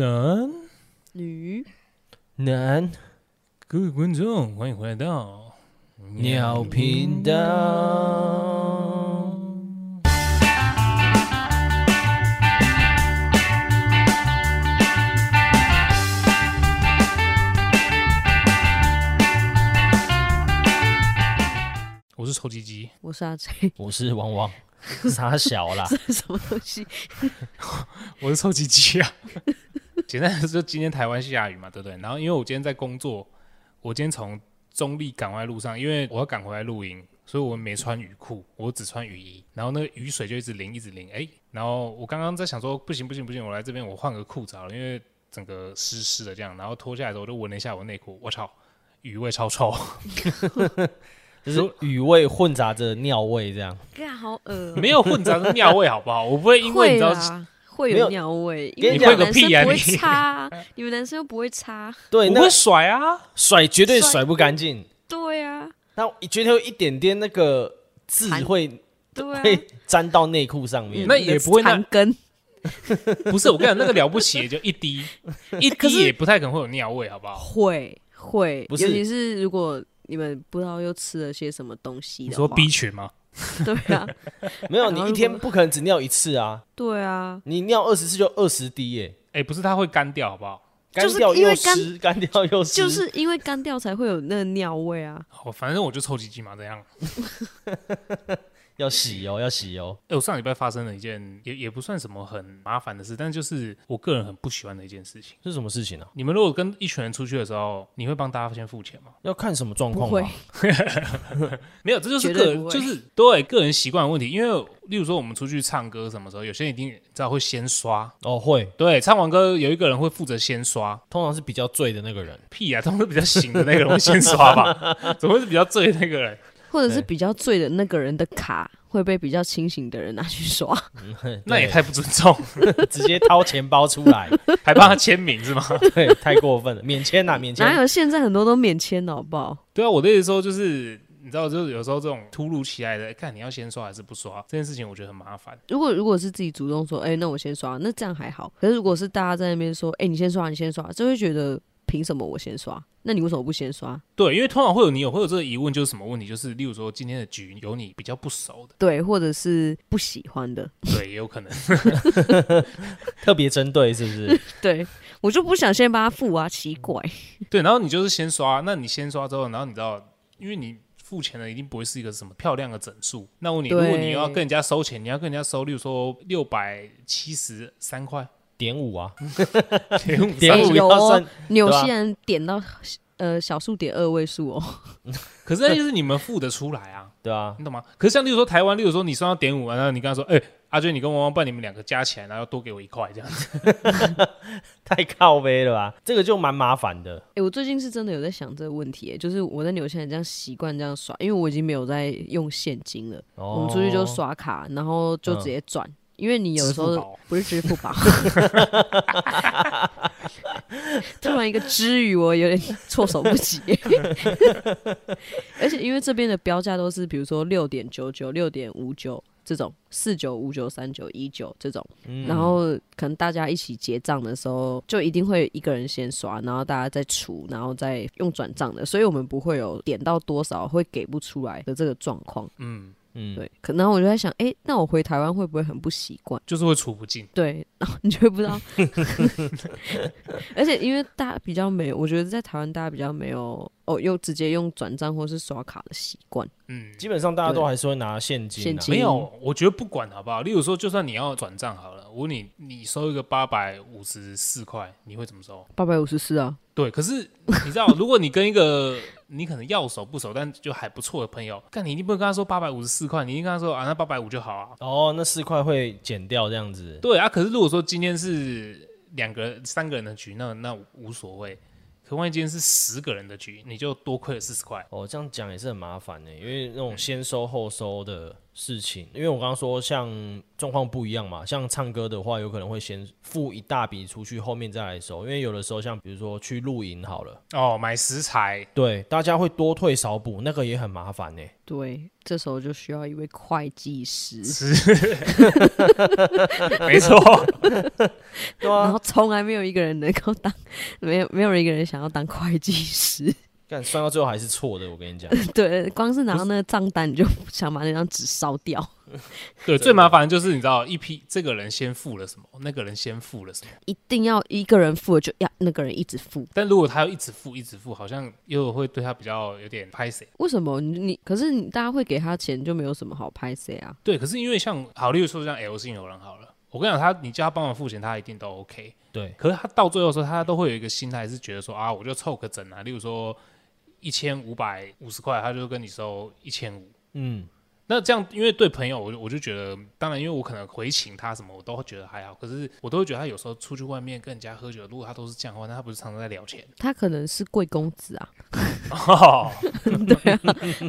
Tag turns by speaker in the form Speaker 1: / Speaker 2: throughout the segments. Speaker 1: 男
Speaker 2: 女
Speaker 3: 男
Speaker 1: 各位观众，欢迎回到
Speaker 3: 鸟频道。
Speaker 1: 我是臭鸡鸡，
Speaker 2: 我是阿崔，
Speaker 3: 我是汪 汪，傻小啦
Speaker 2: 这，是什么东西？
Speaker 1: 我是臭鸡鸡啊。 简单的说，今天台湾下雨嘛，对不对？然后因为我今天在工作，我今天从中立赶回来路上，因为我要赶回来露营，所以我没穿雨裤，我只穿雨衣。然后那个雨水就一直淋，一直淋。哎、然后我刚刚在想说，不行不行不行，我来这边我换个裤子好了，因为整个湿湿的这样。然后脱下来的时候，我就闻了一下我内裤，我操，雨味超臭。
Speaker 3: 就是雨味混杂着尿味这样。
Speaker 2: 干好恶、哦
Speaker 1: 没有混杂的尿味，好不好？我不会因为你
Speaker 2: 会啊
Speaker 1: 知道，
Speaker 2: 啦，会
Speaker 3: 没
Speaker 2: 有
Speaker 3: 有
Speaker 2: 鸟味，因
Speaker 3: 跟
Speaker 2: 为
Speaker 3: 你
Speaker 2: 们
Speaker 3: 讲
Speaker 2: 男
Speaker 1: 会个
Speaker 2: 生
Speaker 1: 屁啊
Speaker 2: 不会
Speaker 1: 你
Speaker 2: 擦啊，你们男生又不会擦，
Speaker 3: 对，
Speaker 1: 我
Speaker 3: 那
Speaker 1: 会甩啊，
Speaker 3: 甩绝对
Speaker 2: 甩
Speaker 3: 甩不干净，
Speaker 2: 对啊，
Speaker 3: 那绝对有一点点那个字
Speaker 2: 残
Speaker 3: 会
Speaker 2: 对啊，
Speaker 3: 会沾到内裤上面。
Speaker 1: 那也不会那
Speaker 2: 残根，
Speaker 1: 不是我跟你讲，那个了不起也就一 滴，一
Speaker 2: 可
Speaker 1: 滴
Speaker 2: 是
Speaker 1: 也不太可能会有尿味，好不好？
Speaker 2: 会会，
Speaker 3: 不
Speaker 2: 尤
Speaker 3: 是
Speaker 2: 其是如果你们不知道又吃了些什么东西
Speaker 1: 你
Speaker 2: 的
Speaker 1: 说
Speaker 2: 话
Speaker 1: B 群吗？
Speaker 2: 对 啊，
Speaker 3: 没有，
Speaker 2: 然后
Speaker 3: 你
Speaker 2: 如
Speaker 3: 一
Speaker 2: 果
Speaker 3: 天不可能只尿一次啊，
Speaker 2: 对啊，
Speaker 3: 你尿二十次就二十滴耶，
Speaker 1: 哎，不是，它会干掉，好不好？
Speaker 3: 干
Speaker 2: 就是
Speaker 3: 掉
Speaker 2: 因为
Speaker 3: 又湿，干掉又湿，
Speaker 2: 就是因为干掉才会有那个尿味啊，
Speaker 1: 我反正我就臭鸡鸡嘛，这样。
Speaker 3: 要洗哦，要洗哦。
Speaker 1: 哎，我上礼拜发生了一件也也不算什么很麻烦的事，但就是我个人很不喜欢的一件事情。
Speaker 3: 是什么事情啊？
Speaker 1: 你们如果跟一群人出去的时候，你会帮大家先付钱吗？
Speaker 3: 要看什么状
Speaker 2: 不
Speaker 3: 况
Speaker 2: 会
Speaker 3: 吧。
Speaker 1: 没有，这就是
Speaker 2: 绝
Speaker 1: 个
Speaker 2: 对
Speaker 1: 人，
Speaker 2: 不会
Speaker 1: 就是对个人习惯的问题。因为例如说我们出去唱歌什么时候，有些人一定知道会先刷，
Speaker 3: 哦，会，
Speaker 1: 对，唱完歌有一个人会负责先刷，
Speaker 3: 通常是比较醉的那个人。
Speaker 1: 屁啊，通常是比较醒的那个人会先刷吧， 怎么会是比较醉的那个人？
Speaker 2: 或者是
Speaker 3: 对
Speaker 2: 比较醉的那个人的卡会被比较清醒的人拿去刷，
Speaker 1: 那也
Speaker 3: 对
Speaker 1: 太不尊重，
Speaker 3: 直接掏钱包出来，
Speaker 1: 还帮他签名是吗？
Speaker 3: 对，太过分了，免签呐、啊免
Speaker 2: 嗯哪
Speaker 3: 签。
Speaker 2: 有现在很多都免签的好不好？
Speaker 1: 对啊，我的意思说就是，你知道，就是有时候这种突如其来的，看你要先刷还是不刷这件事情，我觉得很麻烦。
Speaker 2: 如果如果是自己主动说，哎、那我先刷，那这样还好。可是如果是大家在那边说，哎、你先刷，你先刷，就会觉得凭什么我先刷？那你为什么不先刷？
Speaker 1: 对，因为通常会有你有会有这个疑问，就是什么问题？就是例如说今天的局有你比较不熟的，
Speaker 2: 对，或者是不喜欢的，
Speaker 1: 对，也有可能。
Speaker 3: 特别针对是不是？
Speaker 2: 对我就不想先帮他付啊，奇怪。
Speaker 1: 对，然后你就是先刷，那你先刷之后，然后你知道，因为你付钱的一定不会是一个什么漂亮的整数。那我你如果
Speaker 2: 对
Speaker 1: 你要跟人家收钱，你要跟人家收，例如说六百七十三块，
Speaker 3: 点 五啊，
Speaker 1: 点五
Speaker 3: 点
Speaker 1: 三
Speaker 2: 有
Speaker 3: 五要
Speaker 2: 哦
Speaker 3: 算，
Speaker 2: 纽西兰点到、呃小数点二位数哦，
Speaker 1: 可是那就是你们付得出来啊，
Speaker 3: 对啊，
Speaker 1: 你懂吗？可是像例如说台湾，例如说你算到点五，然后你跟他说，哎、阿娟，你跟汪汪办，你们两个加起来，然后多给我一块这样子。
Speaker 3: 太靠背了吧？这个就蛮麻烦的。
Speaker 2: 哎、我最近是真的有在想这个问题、诶哎就是我在纽西兰这样习惯这样刷，因为我已经没有在用现金了，
Speaker 3: 哦
Speaker 2: 我们出去就，刷卡，然后就直接转，因为你有时
Speaker 1: 嗯支付
Speaker 2: 候
Speaker 1: 宝
Speaker 2: 不是支付 宝，突然一个之语，我有点措手不及。 而且因为这边的标价都是，比如说六点九九、六点五九这种，四九、五九、三九、一九这种，
Speaker 3: 嗯
Speaker 2: 然后可能大家一起结账的时候，就一定会一个人先刷，然后大家再除，然后再用转账的，所以我们不会有点到多少会给不出来的这个状况。
Speaker 1: 嗯，
Speaker 3: 嗯，
Speaker 2: 对，可能我就在想，哎、那我回台湾会不会很不习惯？
Speaker 1: 就是会除不尽。
Speaker 2: 对，然后你就会不知道， 而且因为大家比较没有，我觉得在台湾大家比较没有哦，又直接用转账或是刷卡的习惯。
Speaker 1: 嗯，
Speaker 3: 基本上大家
Speaker 2: 对
Speaker 3: 都还是会拿现金、啊，
Speaker 2: 现金
Speaker 1: 没有，我觉得不管好不好。例如说，就算你要转账好了，我问你，你收一个八百五十四块，你会怎么收？
Speaker 2: 八百五十四啊，
Speaker 1: 对，可是你知道，如果你跟一个你可能要熟不熟，但就还不错的朋友，但你一定不能跟他说八百五十四块，你一定跟他说啊，那八百五就好啊。
Speaker 3: 哦，那四块会减掉这样子。
Speaker 1: 对啊，可是如果说今天是两个人、三个人的局，那那无所谓。可万一今天是十个人的局，你就多亏了四十块。
Speaker 3: 欸哦，这样讲也是很麻烦的，因为那种先收后收的，事情，因为我刚刚说像状况不一样嘛，像唱歌的话，有可能会先付一大笔出去，后面再来收，因为有的时候像比如说去露营好了，
Speaker 1: 哦，买食材，
Speaker 3: 对，大家会多退少补，那个也很麻烦欸呢、
Speaker 2: 对，这时候就需要一位会计师，
Speaker 1: 没错，
Speaker 3: 对
Speaker 2: 然
Speaker 3: 啊，
Speaker 2: 后从来没有一个人能够当，没有没有一个人想要当会计师。
Speaker 3: 但算到最后还是错的，我跟你讲，
Speaker 2: 对，光是拿到那个账单，你就想把那张纸烧掉。
Speaker 1: 对，最麻烦的就是你知道，一批这个人先付了什么，那个人先付了什么，
Speaker 2: 一定要一个人付，就要那个人一直付。
Speaker 1: 但如果他要一直付一直付，好像又会对他比较有点拍谁。
Speaker 2: 为什么你你？可是你大家会给他钱，就没有什么好拍谁啊？
Speaker 1: 对，可是因为像好，例如说像 L 姓有人好了，我跟你讲，他你叫他帮忙付钱，他一定都 OK。
Speaker 3: 对，
Speaker 1: 可是他到最后的时候，他都会有一个心态，是觉得说啊，我就凑个整啊。例如说一千五百五十块，他就跟你收一千五。
Speaker 3: 嗯，
Speaker 1: 那这样，因为对朋友，我就我就觉得，当然，因为我可能回请他什么，我都会觉得还好。可是我都会觉得他有时候出去外面跟人家喝酒，如果他都是这样的话，那他不是常常在聊钱？
Speaker 2: 他可能是贵公子啊，
Speaker 1: 哦，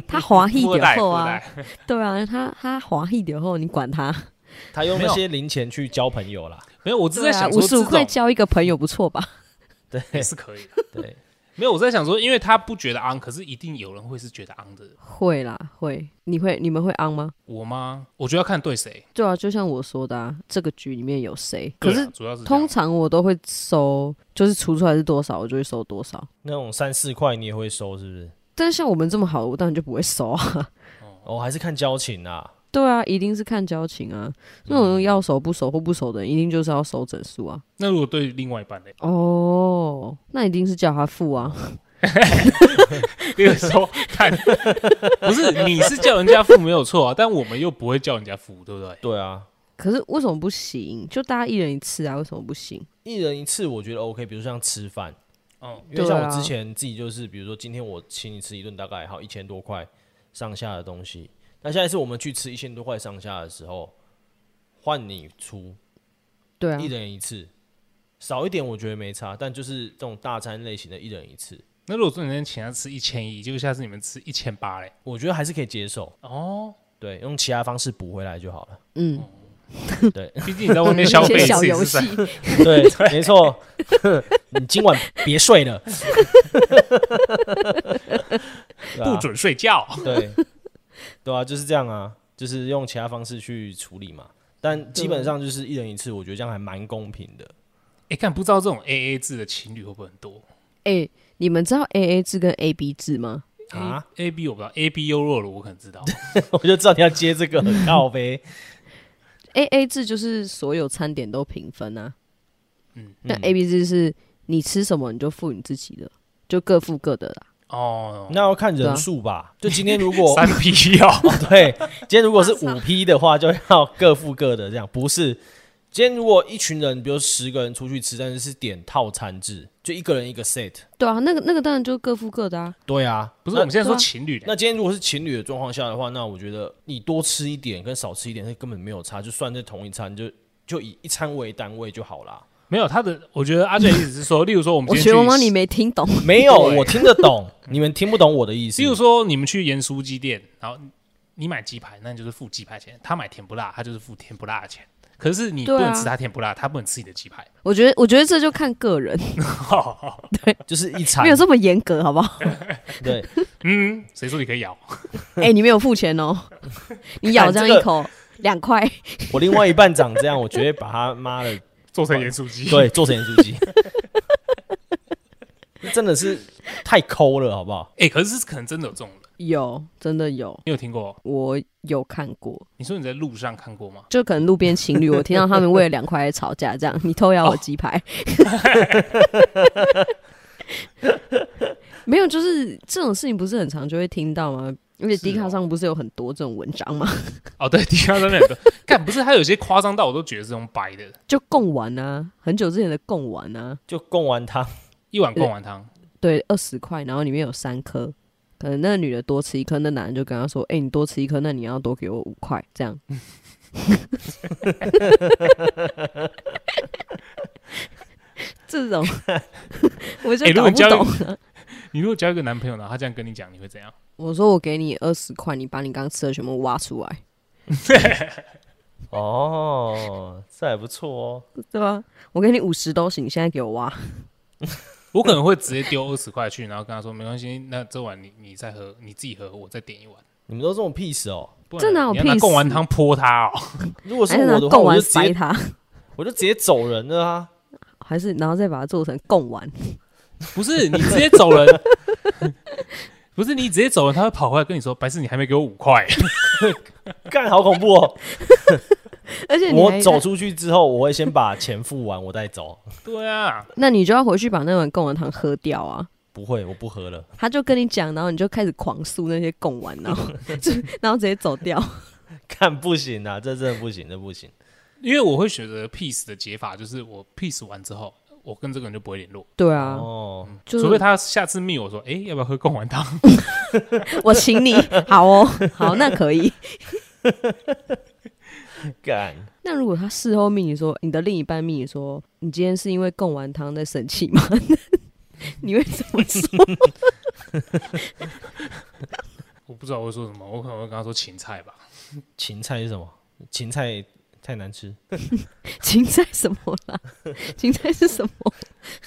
Speaker 2: 他华裔
Speaker 1: 富二
Speaker 2: 点
Speaker 1: 代，富
Speaker 2: 后
Speaker 1: 二
Speaker 2: 啊，
Speaker 1: 代，
Speaker 2: 对啊，他他华裔点后，你管他？
Speaker 3: 他用那
Speaker 1: 没有
Speaker 3: 些零钱去交朋友啦，
Speaker 1: 没有，我只是
Speaker 2: 对
Speaker 1: 在
Speaker 2: 啊，
Speaker 1: 想
Speaker 2: 五
Speaker 1: 说
Speaker 2: 十
Speaker 1: 这
Speaker 2: 五块
Speaker 1: 种
Speaker 2: 交一个朋友不错吧？
Speaker 3: 对
Speaker 1: 也是可以的。
Speaker 3: 对，
Speaker 1: 没有，我在想说，因为他不觉得昂，可是一定有人会是觉得昂的。
Speaker 2: 会啦，会，你会你们会昂吗？
Speaker 1: 我吗？我觉得要看对谁。
Speaker 2: 对啊，就像我说的、啊，这个局里面有谁？可
Speaker 1: 对啊
Speaker 2: 是
Speaker 1: 主要是这样
Speaker 2: 通常我都会收，就是除出来是多少，我就会收多少。
Speaker 3: 那种三四块你也会收是不是？
Speaker 2: 但是像我们这么好，我当然就不会收啊。
Speaker 3: 哦，还是看交情啊，
Speaker 2: 对啊，一定是看交情啊。那种
Speaker 1: 嗯
Speaker 2: 要熟不熟或不熟的人，一定就是要收整数啊。
Speaker 1: 那如果对另外一 半呢？
Speaker 2: 哦，那一定是叫他付啊。
Speaker 1: 比如说，看，不是啊你是叫人家付没有错啊，但我们又不会叫人家付，对不对？
Speaker 3: 对啊，
Speaker 2: 可是为什么不行？就大家一人一次啊，为什么不行？
Speaker 3: 一人一次我觉得 OK，比如像吃饭，
Speaker 1: 哦，
Speaker 3: 因为
Speaker 2: 对
Speaker 3: 像
Speaker 2: 啊
Speaker 3: 我之前自己就是，比如说今天我请你吃一顿大概好一千多块上下的东西，那下一次我们去吃一千多块上下的时候，换你出，
Speaker 2: 对啊
Speaker 3: 一，人一次，少一点我觉得没差，但就是这种大餐类型的，一人一次，
Speaker 1: 那如果说你今天请他吃一千一，结果下次你们吃一千八嘞？
Speaker 3: 我觉得还是可以接受，
Speaker 1: 哦，
Speaker 3: 对，用其他方式补回来就好了。
Speaker 2: 嗯，
Speaker 3: 对
Speaker 1: 毕竟你在外面消
Speaker 2: 一些
Speaker 1: 费一
Speaker 2: 小
Speaker 1: 次也
Speaker 2: 游
Speaker 1: 是
Speaker 2: 戏
Speaker 1: 三，
Speaker 3: 对，没错， 你今晚别睡了，对 啊
Speaker 1: 不准睡觉。
Speaker 3: 对，对啊，就是这样啊，就是用其他方式去处理嘛。但基本上就是一人一次，我觉得这样还蛮公平的。
Speaker 1: 哎，看不知道这种 A A 制的情侣会不会很多
Speaker 2: 哎、你们知道 A A 制跟 A B 制吗？
Speaker 1: 嗯
Speaker 3: 啊
Speaker 1: ？A B 我不知道，A B 优若乳我可能 知道。
Speaker 3: 我就知道你要接这个很靠呗。
Speaker 1: 嗯
Speaker 2: A A 制就是所有餐点都平分啊。
Speaker 1: 嗯
Speaker 2: 嗯，那 A B 制是你吃什么你就付你自己的，就各付各的啦。
Speaker 1: 哦，
Speaker 3: 那要看
Speaker 2: 对啊
Speaker 3: 人数吧。就今天如 果
Speaker 1: 三 P 哦，
Speaker 3: 对，今天如果是五批的话，就要各付各的这样。不是，今天如果一群人，比如十个人出去吃，但是是点套餐制，就一个人一个 set。
Speaker 2: 对啊，那个那个当然就各付各的啊。
Speaker 3: 对啊，
Speaker 1: 不是
Speaker 3: 那
Speaker 1: 我们现在说
Speaker 2: 对啊
Speaker 1: 情侣嘞，
Speaker 3: 那今天如果是情侣的状况下的话，那我觉得你多吃一点跟少吃一点，那根本没有差，就算是同一餐，就就以一餐为单位就好啦。
Speaker 1: 没有他的，我觉得阿俊的意思是 说，例如说我们
Speaker 2: 我
Speaker 1: 今
Speaker 2: 觉
Speaker 1: 天
Speaker 2: 得
Speaker 1: 去
Speaker 2: 妈妈你没听懂，
Speaker 3: 没 有，
Speaker 1: 对
Speaker 3: 我听得懂，你们听不懂我的意思
Speaker 1: 例。如说，你们去盐酥鸡店，然后你买鸡排，那你就是付鸡排钱；他买甜不辣，他就是付甜不辣的钱。可是你不
Speaker 2: 对啊
Speaker 1: 能吃他甜不辣，他不能吃你的鸡排。
Speaker 2: 我觉得我觉得这就看个人，
Speaker 3: 就是一餐
Speaker 2: 没，有这么严格，好不好？
Speaker 3: 对，
Speaker 1: 嗯，谁说你可以咬？
Speaker 2: 哎、你没有付钱哦，你咬这样一口两块，
Speaker 3: 我另外一半长这样，我绝对把他妈的
Speaker 1: 做成盐酥鸡，
Speaker 3: 对做成盐酥 鸡，真的是太抠了，好不好？
Speaker 1: 哎、可是可能真的有这种人，
Speaker 2: 有真的有，
Speaker 1: 你有听过？
Speaker 2: 我有看过，
Speaker 1: 你说你在路上看过吗？
Speaker 2: 就可能路边情侣，我听到他们为了两块吵架，这样你偷咬我鸡排，没有，就是这种事情不是很常就会听到吗？而且
Speaker 1: 是哦
Speaker 2: 迪卡上不是有很多这种文章吗？
Speaker 1: 哦，对，迪卡上面有个，干不是，他有些夸张到我都觉得是用白的，
Speaker 2: 就贡丸啊，很久之前的贡丸啊，
Speaker 3: 就供完汤，
Speaker 1: 一碗贡丸汤，
Speaker 2: 对，二十块，然后里面有三颗，可能那个女的多吃一颗，那男的就跟她说：“哎、你多吃一颗，那你要多给我五块。”这样， 这种我就
Speaker 1: 哎如
Speaker 2: 搞
Speaker 1: 果你
Speaker 2: 不
Speaker 1: 交
Speaker 2: 懂。
Speaker 1: 你如果交一个男朋友，然后他这样跟你讲，你会怎样？
Speaker 2: 我说我给你二十块，你把你刚吃的全部挖出来。
Speaker 3: 哦，这还不错哦。
Speaker 2: 对吧？我给你五十都行，现在给我挖。
Speaker 1: 我可能会直接丢二十块去，然后跟他说没关系，那这碗你你再喝，你自己喝，我再点一碗。
Speaker 3: 你们都这种 peace 哦。
Speaker 1: 不
Speaker 2: 这
Speaker 1: 然
Speaker 2: 哪有
Speaker 1: 你要拿
Speaker 2: peace？
Speaker 1: 贡丸汤泼他哦，
Speaker 3: 如果是
Speaker 2: 还是拿
Speaker 3: 我的话，
Speaker 2: 贡
Speaker 3: 我
Speaker 2: 丸
Speaker 3: 就直
Speaker 2: 塞
Speaker 3: 接
Speaker 2: 它，
Speaker 3: 我就直接走人了啊。
Speaker 2: 还是然后再把它做成贡丸？
Speaker 1: 不是你直接走人， 不是你直接走人，他会跑回来跟你说，白事你还没给我五块，
Speaker 3: 干，好恐怖哦！
Speaker 2: 而 且你还
Speaker 3: 我走，出去之后，我会先把钱付完，我再走。
Speaker 1: 对啊，
Speaker 2: 那你就要回去把那碗贡丸汤喝掉啊！
Speaker 3: 不会，我不喝了。
Speaker 2: 他就跟你讲，然后你就开始狂诉那些贡丸，然后 就然后直接走掉。
Speaker 3: 看不行啊，这真的不行，这不行。
Speaker 1: 因为我会选择 peace 的解法，就是我 peace 完之后，我跟这个人就不会联络，
Speaker 2: 对啊，
Speaker 3: 哦，
Speaker 2: 就是
Speaker 1: 除非他下次密我说，诶，要不要喝贡丸汤？
Speaker 2: 我请 你，好哦，好，那可以。
Speaker 3: 干，
Speaker 2: 那如果他事后命你说，你的另一半命你说，你今天是因为贡丸汤在生气吗？ 你会怎么说？
Speaker 1: 我不知道我会说什么，我可能会跟他说芹菜吧。
Speaker 3: 芹菜是什么？芹菜太难吃。
Speaker 2: 芹菜什么 啦？芹菜是什么？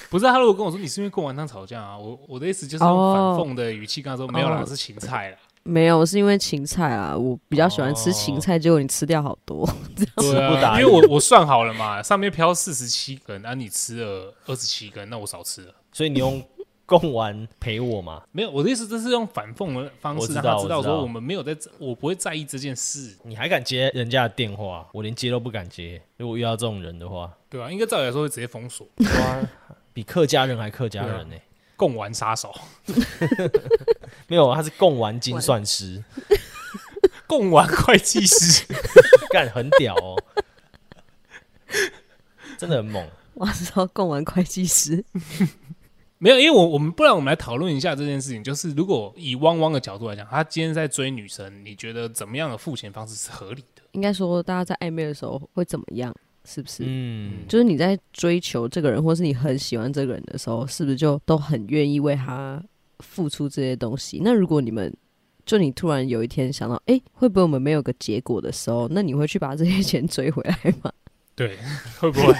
Speaker 1: 不是啊、他如果跟我说你是因为贡丸汤吵架啊，我我的意思就是用反讽的语气跟他说、没有啦，
Speaker 2: 哦
Speaker 1: 是芹菜啦。
Speaker 2: 没有，是因为芹菜啊，我比较喜欢吃芹菜，结果你吃掉好 多。
Speaker 1: 对
Speaker 3: 词不达
Speaker 1: 啊，
Speaker 3: 意
Speaker 1: 因为我我算好了嘛，上面飘四十七根，啊你吃了二十七根，那我少吃了。
Speaker 3: 所以你用贡丸陪我嘛？
Speaker 1: 没有，我的意思这是用反讽的方
Speaker 3: 我
Speaker 1: 式
Speaker 3: 知
Speaker 1: 让
Speaker 3: 道
Speaker 1: 他知
Speaker 3: 我
Speaker 1: 道
Speaker 3: 知道
Speaker 1: 说我们没有在这，我不会在意这件事，
Speaker 3: 你还敢接人家的电话？我连接都不敢接。如果遇到这种人的话，
Speaker 1: 对啊，应该照理来说会直接封锁，
Speaker 3: 比客家人还客家人呢、
Speaker 1: 贡丸杀手，
Speaker 3: 没有，他是贡丸精 算师，
Speaker 1: 贡丸会计师，
Speaker 3: 干很屌哦，真的很猛。
Speaker 2: 哇，知道贡丸会计师，
Speaker 1: 没有，因为我我们不然我们来讨论一下这件事情，就是如果以汪汪的角度来讲，他今天在追女生，你觉得怎么样的付钱方式是合理的？
Speaker 2: 应该说大家在暧昧的时候会怎么样？是不是？
Speaker 3: 嗯，
Speaker 2: 就是你在追求这个人，或是你很喜欢这个人的时候，是不是就都很愿意为他付出这些东西？那如果你们就你突然有一天想到，哎、会不会我们没有个结果的时候，那你会去把这些钱追回来 吗？
Speaker 1: 对，会不会？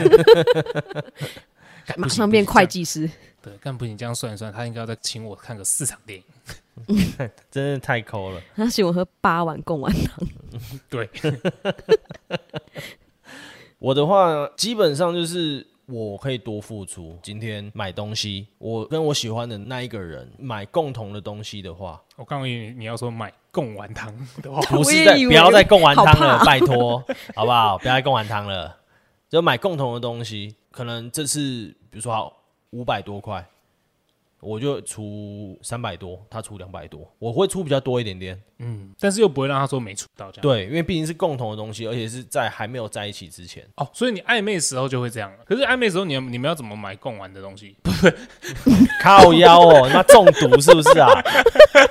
Speaker 1: 干
Speaker 2: 马上变会。
Speaker 1: 不行不行这样
Speaker 2: 计师，
Speaker 1: 对，但不行，这样算一算，他应该要再请我看个四场电影。
Speaker 3: 真的太抠了。
Speaker 2: 他请我喝八碗贡丸汤，
Speaker 1: 对，
Speaker 3: 我的话，基本上就是我可以多付出。今天买东西，我跟我喜欢的那一个人买共同的东西的话，
Speaker 1: 我刚刚以为你要说买贡丸汤的话，
Speaker 3: 不
Speaker 2: 哦我
Speaker 3: 是
Speaker 2: 也
Speaker 3: 在
Speaker 2: 以为
Speaker 3: 不要再贡丸汤
Speaker 2: 好怕
Speaker 3: 了，
Speaker 2: 哦
Speaker 3: 拜托，好不好？不要再贡丸汤了，就买共同的东西。可能这次比如说好五百多块，我就出三百多，他出两百多，我会出比较多一点点。
Speaker 1: 嗯，但是又不会让他说没出到这样。
Speaker 3: 对，因为毕竟是共同的东西，而且是在还没有在一起之前。
Speaker 1: 哦，所以你暧昧时候就会这样了。可是暧昧时候你要你们要怎么买贡丸的东西？
Speaker 3: 靠腰哦，那中毒是不 是啊？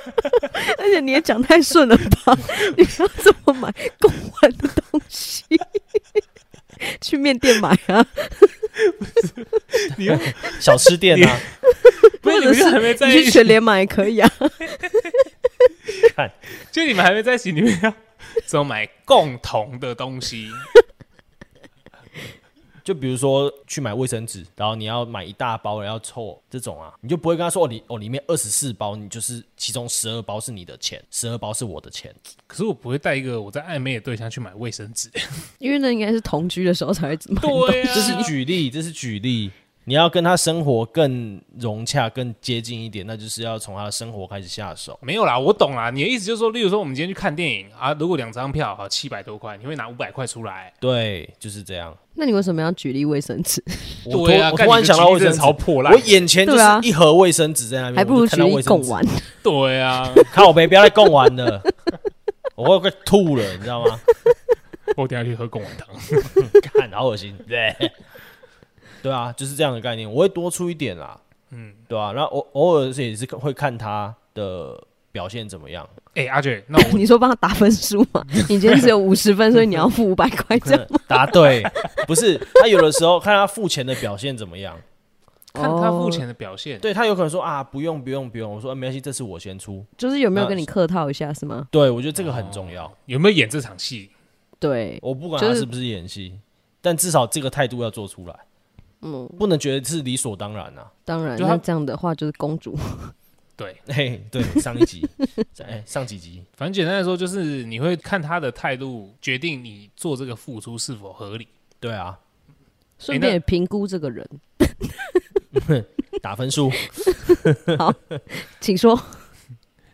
Speaker 2: 而且你也讲太顺了吧？你要怎么买贡丸的东西？ 去面店买啊，
Speaker 3: 小吃店啊，
Speaker 1: 不是
Speaker 2: 或
Speaker 1: 你们就
Speaker 2: 者
Speaker 1: 是还没在
Speaker 2: 你
Speaker 1: 一
Speaker 2: 去
Speaker 1: 起，
Speaker 2: 全联买也可以啊。
Speaker 1: 就你们还没在一起，你们要怎么买共同的东西？
Speaker 3: 就比如说去买卫生纸，然后你要买一大包，然后要凑这种啊，你就不会跟他说哦，里哦里面二十四包，你就是其中十二包是你的钱，十二包是我的钱。
Speaker 1: 可是我不会带一个我在暧昧的对象去买卫生纸。
Speaker 2: 因为那应该是同居的时候才会买。
Speaker 1: 对啊
Speaker 3: 这是举例，这是举例。你要跟他生活更融洽、更接近一点，那就是要从他的生活开始下手。
Speaker 1: 没有啦，我懂啦。你的意思就是说，例如说我们今天去看电影啊，如果两张票好七百多块，你会拿五百块出来。
Speaker 3: 对，就是这样。
Speaker 2: 那你为什么要举例卫生纸？
Speaker 3: 我突
Speaker 1: 对啊，
Speaker 3: 我
Speaker 1: 干
Speaker 3: 突然
Speaker 1: 你的
Speaker 3: 想到
Speaker 1: 举
Speaker 3: 卫
Speaker 1: 例真
Speaker 3: 生
Speaker 1: 的
Speaker 3: 纸，
Speaker 1: 超破烂
Speaker 3: 我。眼前就
Speaker 2: 对啊
Speaker 3: 是一盒卫生纸在那边，
Speaker 2: 还不如
Speaker 3: 哎我就
Speaker 2: 举
Speaker 3: 看到
Speaker 2: 例
Speaker 3: 卫生
Speaker 2: 贡
Speaker 3: 纸，
Speaker 2: 丸。
Speaker 1: 对啊，
Speaker 3: 靠北，不要再贡丸了， 我快吐了，你知道吗？
Speaker 1: 我等一下去喝贡丸汤。
Speaker 3: 看，好恶心。对， 对啊，就是这样的概念，我会多出一点啦。嗯，对啊，然后偶偶尔也是会看他的表现怎么样。
Speaker 1: 哎、阿姐，那我
Speaker 2: 你说帮他打分数 嘛？你今天只有五十分，所以你要付五百块这 样。
Speaker 3: 答对，不是他有的时候看他付钱的表现怎么样。
Speaker 1: 看他付钱的表现。
Speaker 3: 对他有可能说啊，不用不用不用，我说、啊、没关系，这次我先出。
Speaker 2: 就是有没有跟你客套一下是吗？
Speaker 3: 对我觉得这个很重要，
Speaker 1: 有没有演这场戏？
Speaker 2: 对，
Speaker 3: 我不管
Speaker 2: 就
Speaker 3: 他
Speaker 2: 是
Speaker 3: 是不是演戏，但至少这个态度要做出来，
Speaker 2: 嗯，
Speaker 3: 不能觉得是理所当然啊。
Speaker 2: 当然，
Speaker 1: 就他
Speaker 2: 那这样的话就是公 主，
Speaker 1: 对，
Speaker 3: 嘿，对，上一 集，哎，上几集，
Speaker 1: 反正简单来说，就是你会看他的态度，决定你做这个付出是否合理。
Speaker 3: 对啊，
Speaker 2: 顺
Speaker 1: 那
Speaker 3: 哎
Speaker 2: 便也评估这个人，
Speaker 3: 打分数，
Speaker 2: 请说。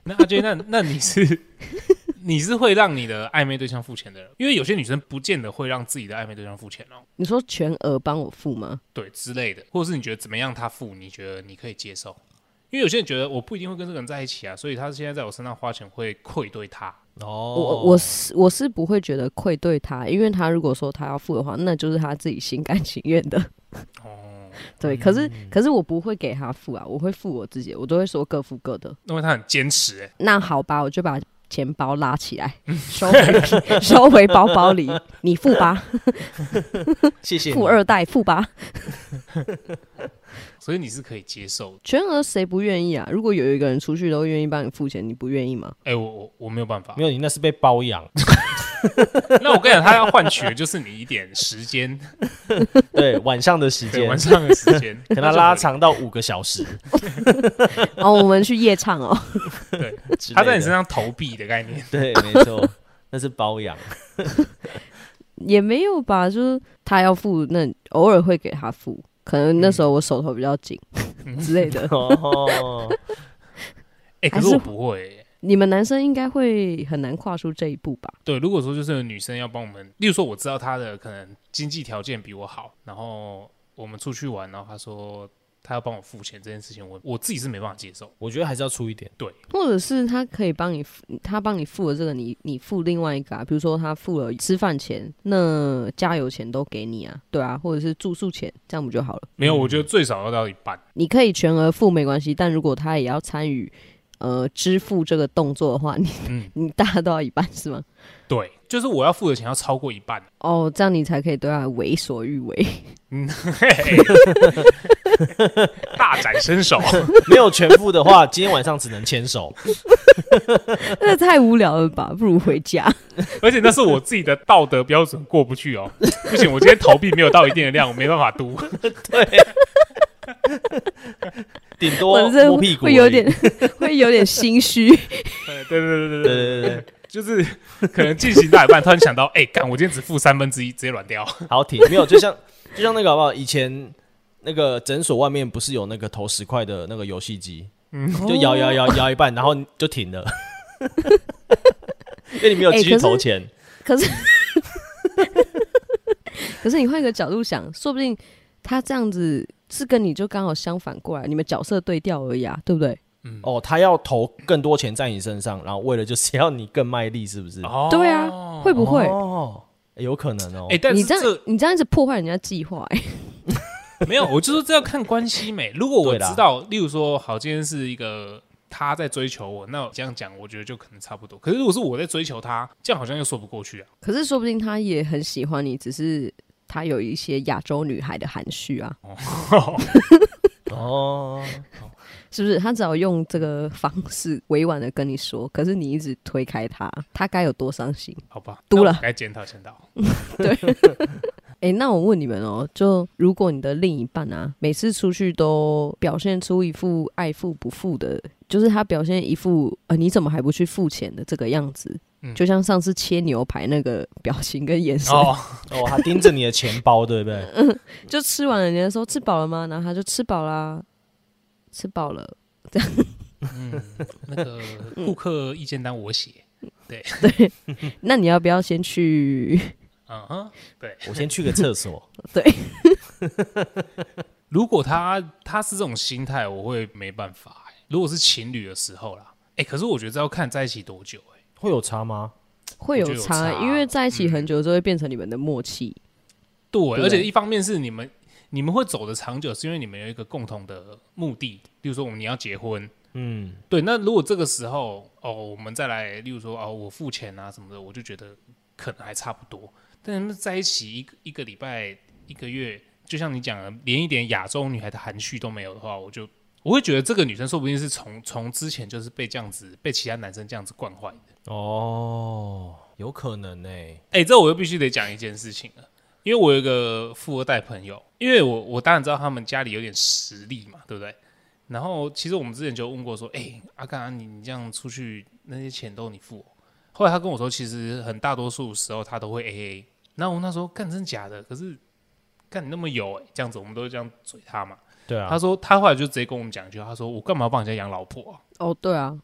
Speaker 1: 那阿 J，那那你是 你是会让你的暧昧对象付钱的人，因为有些女生不见得会让自己的暧昧对象付钱哦，
Speaker 2: 你说全额帮我付吗？
Speaker 1: 对之类的，或者是你觉得怎么样他付，你觉得你可以接受。因为有些人觉得我不一定会跟这个人在一起啊，所以他现在在我身上花钱会愧对他。
Speaker 3: 哦，
Speaker 2: 我我是我是不会觉得愧对他，因为他如果说他要付的话，那就是他自己心甘情愿的。
Speaker 1: 哦，
Speaker 2: 对，
Speaker 3: 嗯
Speaker 2: 可是可是我不会给他付啊，我会付我自己，我都会说各付各的。
Speaker 1: 因为他很坚持哎、
Speaker 2: 那好吧，我就把钱包拉起来，收回 收回包包里，你付吧，
Speaker 3: 谢谢你
Speaker 2: 富二代付吧，
Speaker 1: 所以你是可以接受的。
Speaker 2: 全额谁不愿意啊？如果有一个人出去都愿意帮你付钱，你不愿意 吗？
Speaker 1: 哎、我我我没有办法
Speaker 3: 没。有你那是被包养，
Speaker 1: 那我跟你讲，他要换取的就是你一点时间，
Speaker 3: 对，晚上的时
Speaker 1: 对
Speaker 3: 间
Speaker 1: 晚，上的时 间，
Speaker 3: 可能要拉长到五个小时，
Speaker 2: 哦，我们去夜唱哦，
Speaker 1: 对，
Speaker 3: 之类的
Speaker 1: 他在你身，上投币的概念。
Speaker 3: 对，没错，那是包 养，
Speaker 2: 也没有吧，就是他要付，那偶尔会给他付，可能那时候我手头比较紧、之类 的。
Speaker 3: 哦，
Speaker 1: 哎、可
Speaker 2: 还
Speaker 1: 是
Speaker 2: 是
Speaker 1: 我不会、欸。
Speaker 2: 你们男生应该会很难跨出这一步吧？
Speaker 1: 对，如果说就是有女生要帮我们，例如说我知道她的可能经济条件比我好，然后我们出去玩，然后她说她要帮我付钱这件事情，我我自己是没办法接受。
Speaker 3: 我觉得还是要出一点，
Speaker 2: 或者是他可以帮你付，他帮你付了这个，你你付另外一个啊，比如说他付了吃饭钱，那加油钱都给你啊，对啊，或者是住宿钱，这样不就好了？
Speaker 1: 没有，我觉得最少要到一半。
Speaker 2: 你可以全额付没关系，但如果他也要参与呃支付这个动作的话，你、
Speaker 1: 嗯
Speaker 2: 你大家都要一半是吗？
Speaker 1: 对，就是我要付的钱要超过一 半。
Speaker 2: 哦，这样你才可以对他为所欲 为。
Speaker 1: 嗯，嘿嘿大展身手。
Speaker 3: 没有全付的话，今天晚上只能牵手，
Speaker 2: 那太无聊了吧，不如回家。
Speaker 1: 而且那是我自己的道德标准过不去哦，不行，我今天投币没有到一定的量，我没办法嘟。
Speaker 3: 顶
Speaker 2: 我
Speaker 3: 多
Speaker 2: 这
Speaker 3: 摸屁股而
Speaker 2: 会
Speaker 3: 已，
Speaker 2: 有点 会有点心虚。
Speaker 1: 对对对对对
Speaker 3: 对，对对对，
Speaker 1: 就是可能进行到一半，突然想到，哎、干，我今天只付三分之一，直接软掉。
Speaker 3: 好挺，没有，就像 就像那个好不好？以前那个诊所外面不是有那个投十块的那个游戏机，
Speaker 2: 嗯
Speaker 3: 就摇摇摇摇一半，然后就停了， 因为你没有
Speaker 2: 哎
Speaker 3: 继续
Speaker 2: 可是
Speaker 3: 投钱，
Speaker 2: 可是，可是你换一个角度想，说不定他这样子是跟你就刚好相反过来，你们角色对调而已啊，对不对？
Speaker 3: 哦，他要投更多钱在你身上，然后为了就是要你更卖力，是不是？
Speaker 1: 哦
Speaker 2: 对啊，会不会？
Speaker 3: 哦，有可能哦。
Speaker 1: 哎、但
Speaker 2: 你
Speaker 1: 是
Speaker 2: 这
Speaker 1: 这
Speaker 2: 样你这样子破坏人家计划、欸，
Speaker 1: 没有，我就说这要看关系美。如果我
Speaker 3: 对啦
Speaker 1: 知道，例如说，好，今天是一个他在追求我，那我这样讲，我觉得就可能差不多。可是如果是我在追求他，这样好像又说不过去啊。
Speaker 2: 可是说不定他也很喜欢你，只是他有一些亚洲女孩的含蓄啊，
Speaker 3: 哦，
Speaker 2: 是不是？他只要用这个方式委婉的跟你说，可是你一直推开他，他该有多伤心？
Speaker 1: 好 吧，
Speaker 2: 嘟
Speaker 1: 那
Speaker 2: 了
Speaker 1: 我该检讨检讨。
Speaker 2: 哎、那我问你们哦、就如果你的另一半啊，每次出去都表现出一副爱付不付的，就是他表现一副呃你怎么还不去付钱的这个样子，
Speaker 1: 嗯
Speaker 2: 就像上次切牛排那个 表情跟眼神，
Speaker 1: 哦，
Speaker 3: 哦，他盯着你的钱包，对 不对？
Speaker 2: 就吃完了人家说吃饱了吗？然后他就吃饱啦，吃饱了，
Speaker 1: 那个顾客意见单我写。
Speaker 2: 那你要不要先去？
Speaker 1: 嗯哼，对。
Speaker 3: 我先去个厕所。
Speaker 1: 如果他他是这种心态，我会没办法、欸。如果是情侣的时候啦，哎、可是我觉得这要看在一起多久、欸。
Speaker 3: 会有差吗？
Speaker 2: 会有
Speaker 1: 我觉得有
Speaker 2: 差，
Speaker 1: 差嗯
Speaker 2: 因为在一起很久就会变成你们的默契。
Speaker 1: 对，
Speaker 2: 对
Speaker 1: 而且一方面是你们你们会走的长久，是因为你们有一个共同的目的，例如说我们你要结婚，
Speaker 3: 嗯，
Speaker 1: 对，那如果这个时候哦，我们再来，例如说哦，我付钱啊什么的，我就觉得可能还差不多。但是在一起一个一个礼拜、一个月，就像你讲的，连一点亚洲女孩的含蓄都没有的话，我就我会觉得这个女生说不定是从从之前就是被这样子被其他男生这样子惯坏的。
Speaker 3: 哦，有可能呢、
Speaker 1: 哎、这我又必须得讲一件事情了，因为我有一个富二代朋友，因为我我当然知道他们家里有点实力嘛，对不对？然后其实我们之前就问过说，哎、阿干、你你这样出去那些钱都你付哦、后来他跟我说，其实很大多数时候他都会 A A。然后我那时候干真假的，可是干你那么有哎、这样子我们都会这样嘴他嘛。
Speaker 3: 对啊
Speaker 1: 他，说他后来就直接跟我们讲一句，他说我干嘛帮人家养老婆啊？
Speaker 2: 哦，对啊，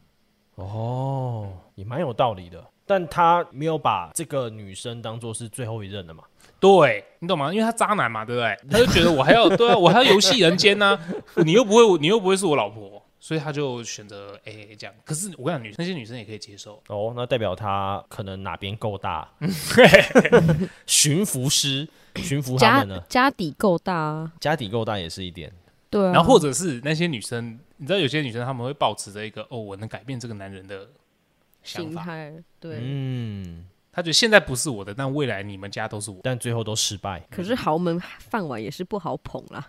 Speaker 3: 哦，也蛮有道理的。但他没有把这个女生当做是最后一任的嘛？
Speaker 1: 对你懂吗？因为他渣男嘛，对不对？他就觉得我还 要对啊，我还要游戏人间呐、你又不会，你又不会是我老婆，所以他就选择 A A 这样。可是我跟你讲，女那些女生也可以接受，
Speaker 3: 哦，那代表他可能哪边够 大，驯服师驯服他
Speaker 2: 家
Speaker 3: 们呢？
Speaker 2: 家底够大啊，
Speaker 3: 家底够大也是一点。
Speaker 2: 对啊。
Speaker 1: 然后或者是那些女生，你知道有些女生她们会保持着一个哦，我能改变这个男人的想
Speaker 2: 心
Speaker 1: 法，
Speaker 2: 态，对。
Speaker 3: 嗯，
Speaker 1: 她觉得现在不是我的，但未来你们家都是我，
Speaker 3: 但最后都失败。
Speaker 2: 可是豪门饭碗也是不好捧啦，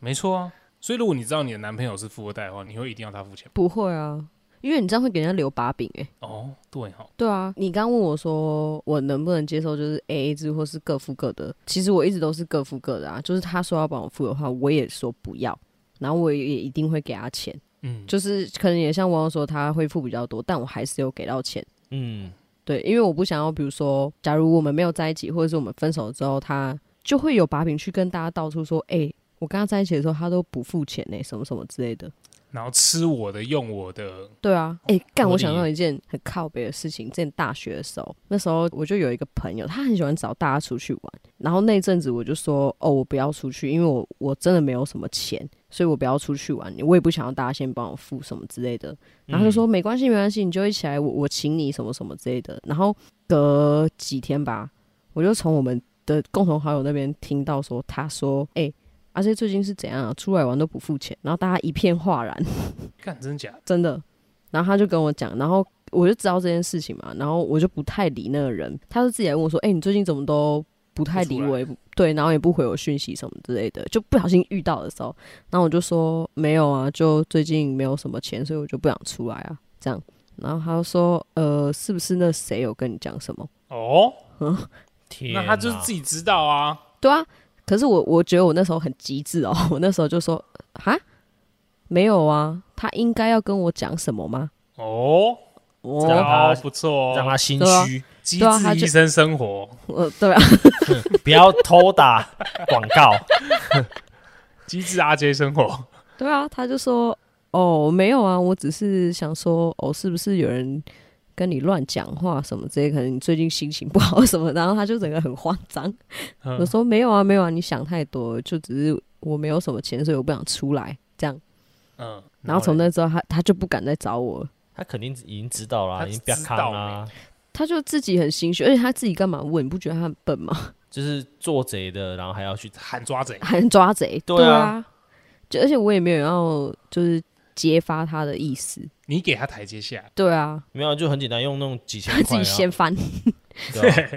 Speaker 1: 没错啊。所以如果你知道你的男朋友是富二代的话，你会一定要他付钱吗
Speaker 2: 不会啊，因为你这样会给人家留把柄哎、
Speaker 1: 哦，对哈、哦，
Speaker 2: 对啊，你刚问我说我能不能接受就是 A A 制或是各付各的，其实我一直都是各付各的啊。就是他说要帮我付的话，我也说不要，然后我也一定会给他钱。
Speaker 1: 嗯，
Speaker 2: 就是可能也像网友说他会付比较多，但我还是有给到钱。
Speaker 3: 嗯，
Speaker 2: 对，因为我不想要，比如说，假如我们没有在一起，或者是我们分手之后，他就会有把柄去跟大家到处说，哎、我跟他在一起的时候，他都不付钱呢、什么什么之类的。
Speaker 1: 然后吃我的，用我的，
Speaker 2: 对啊，哎、干！
Speaker 1: 合
Speaker 2: 我
Speaker 1: 理
Speaker 2: 想
Speaker 1: 耶
Speaker 2: 到一件很靠北的事情，之前大学的时候，那时候我就有一个朋友，他很喜欢找大家出去玩，然后那一阵子我就说，哦，我不要出去，因为我我真的没有什么钱，所以我不要出去玩，我也不想要大家先帮我付什么之类的。然后他就
Speaker 3: 嗯
Speaker 2: 说、没关系，没关系，你就一起来，我我请你什么什么之类的。然后隔几天吧，我就从我们的共同好友那边听到说，他说，哎、而且最近是怎样啊？出来玩都不付钱，然后大家一片哗然。
Speaker 1: 干真假的？
Speaker 2: 真的。然后他就跟我讲，然后我就知道这件事情嘛，然后我就不太理那个人，他就自己来问我说：“哎、你最近怎么都不太理
Speaker 1: 不出
Speaker 2: 我
Speaker 1: 来
Speaker 2: 也不？对，然后也不回我讯息什么之类的，就不小心遇到的时候，然后我就说没有啊，就最近没有什么钱，所以我就不想出来啊，这样。然后他就说：呃，是不是那谁有跟你讲什么？
Speaker 1: 哦，
Speaker 3: 天哪，
Speaker 1: 那他就是自己知道啊。
Speaker 2: 对啊，可是我我觉得我那时候很机智哦， 我那时候就说：哈，没有啊，他应该要跟我讲什么吗？
Speaker 1: 哦，
Speaker 2: 哦
Speaker 3: 让他
Speaker 1: 哦不错
Speaker 3: 让
Speaker 1: 哦，
Speaker 3: 他心
Speaker 2: 对啊
Speaker 3: 虚，
Speaker 1: 机
Speaker 2: 对啊他
Speaker 1: 智
Speaker 2: 就
Speaker 1: 医生生活，
Speaker 2: 呃，对啊，
Speaker 3: 不要偷打广告。
Speaker 1: 机智阿 J 生活，
Speaker 2: 对啊，他就说：“哦，没有啊，我只是想说，哦，是不是有人跟你乱讲话什么之类？可能你最近心情不好什么。”然后他就整个很慌张，
Speaker 1: 嗯
Speaker 2: 我说：“没有啊，没有啊，你想太多，就只是我没有什么钱，所以我不想出来这样。
Speaker 1: 嗯”，
Speaker 2: 然后从
Speaker 1: 嘞
Speaker 2: 那之后，他他就不敢再找我了，
Speaker 3: 他肯定已经知道啦，
Speaker 1: 他
Speaker 3: 已经不要看
Speaker 1: 知道
Speaker 3: 啦，
Speaker 2: 他就自己很心虚，而且他自己干嘛问？你不觉得他很笨吗？
Speaker 3: 就是做贼的，然后还要去
Speaker 1: 喊抓贼，
Speaker 2: 还能抓贼？
Speaker 3: 对啊
Speaker 2: 啊，就而且我也没有要就是揭发他的意思。
Speaker 1: 你给他台阶下，
Speaker 2: 对啊，
Speaker 3: 没有就很简单，用那种几千
Speaker 2: 他自
Speaker 3: 块、啊，
Speaker 2: 己掀翻。
Speaker 3: 对啊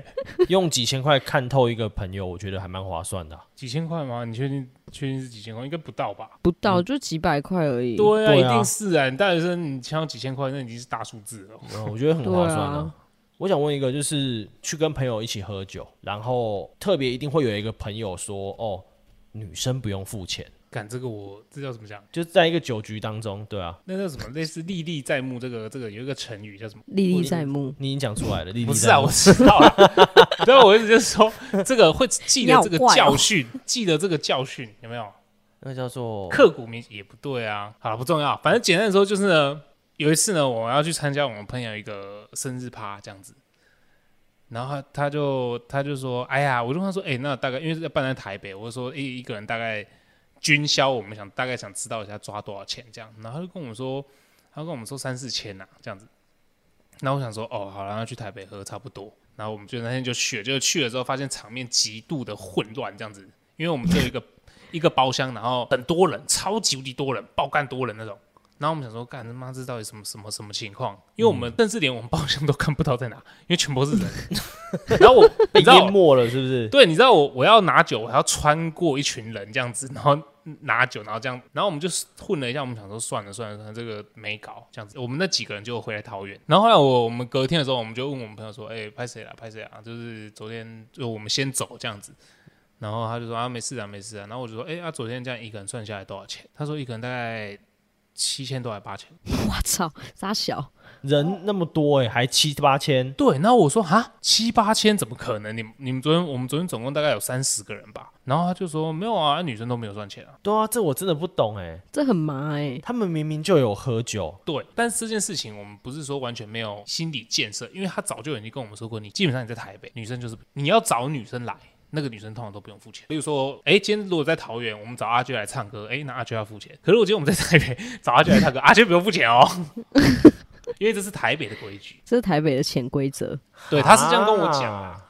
Speaker 3: 用几千块看透一个朋友，我觉得还蛮划算的啊、
Speaker 1: 几千块吗？你确定确定是几千块？应该不到吧？
Speaker 2: 不到，就几百块而已。
Speaker 1: 对啊，
Speaker 3: 对
Speaker 1: 一
Speaker 3: 啊
Speaker 1: 定是啊！你大学生你抢到几千块，那已经是大数字了哦。
Speaker 3: 嗯，我觉得很划
Speaker 2: 对
Speaker 3: 算啊
Speaker 2: 啊。
Speaker 3: 我想问一个，就是去跟朋友一起喝酒，然后特别一定会有一个朋友说：“哦，女生不用付钱。
Speaker 1: 干这个我这叫怎么讲？”
Speaker 3: 就是在一个酒局当中，对啊，
Speaker 1: 那叫什么？类似历历在目，这个这个有一个成语叫什么？
Speaker 2: 历历在目。
Speaker 3: 你已经讲出来了，丽丽
Speaker 1: 不是
Speaker 3: 在
Speaker 1: 啊，
Speaker 3: 问
Speaker 1: 我知道 了。对，我一直就是说这个会记得这个
Speaker 2: 你好怪哦
Speaker 1: 教训，记得这个教训有没有？
Speaker 3: 那个叫做
Speaker 1: 刻骨铭也不对啊。好了，不重要，反正简单的说就是呢，有一次呢，我要去参加我们朋友一个生日趴这样子，然后他他就他就说，哎呀，我就问他说，哎、那大概因为是要办在台北，我就说哎一一个人大概均销，我们想大概想知道一下抓多少钱这样，然后他就跟我说，他跟我们说三四千呐、啊、这样子，那我想说，哦，好了，那去台北喝差不多。然后我们就那天就去了，就去了之后发现场面极度的混乱，这样子，因为我们只有一个一个包厢，然后很多人，超级无敌多人，爆干多人那种。然后我们想说，干他妈这到底什么什么什么情况？因为我们甚至连我们包厢都看不到在哪，因为全部都是人。然后我，
Speaker 3: 被
Speaker 1: 你知道
Speaker 3: 淹，没了，是不是？
Speaker 1: 对，你知道我我要拿酒，我还要穿过一群人这样子，然后拿酒，然后这样，然后我们就混了一下，我们想说算了算了算了，这个没搞这样子。我们那几个人就回来桃园，然后后来我我们隔天的时候，我们就问我们朋友说，哎、拍谁啦拍谁啊？就是昨天就我们先走这样子。然后他就说啊没事啊没事啊，然后我就说哎、啊昨天这样一个人算下来多少钱？他说一个人大概七千多还八千。
Speaker 2: 我操，傻小，
Speaker 3: 人那么多哎、还七八千，
Speaker 1: 对，然后我说啊，七八千怎么可能？你们你们昨天我们昨天总共大概有三十个人吧，然后他就说没有啊，女生都没有赚钱啊。
Speaker 3: 对啊，这我真的不懂哎、
Speaker 2: 这很麻哎、
Speaker 3: 他们明明就有喝酒，
Speaker 1: 对，但是这件事情我们不是说完全没有心理建设，因为他早就已经跟我们说过，你基本上你在台北，女生就是你要找女生来，那个女生通常都不用付钱。例如说，哎，今天如果在桃园，我们找阿娟来唱歌，哎，那阿娟要付钱。可是我今天我们在台北找阿娟来唱歌，阿娟不用付钱 哦，因为这是台北的规矩。
Speaker 2: 这是台北的潜规则，
Speaker 1: 对，他是这样跟我讲啊，
Speaker 3: 啊，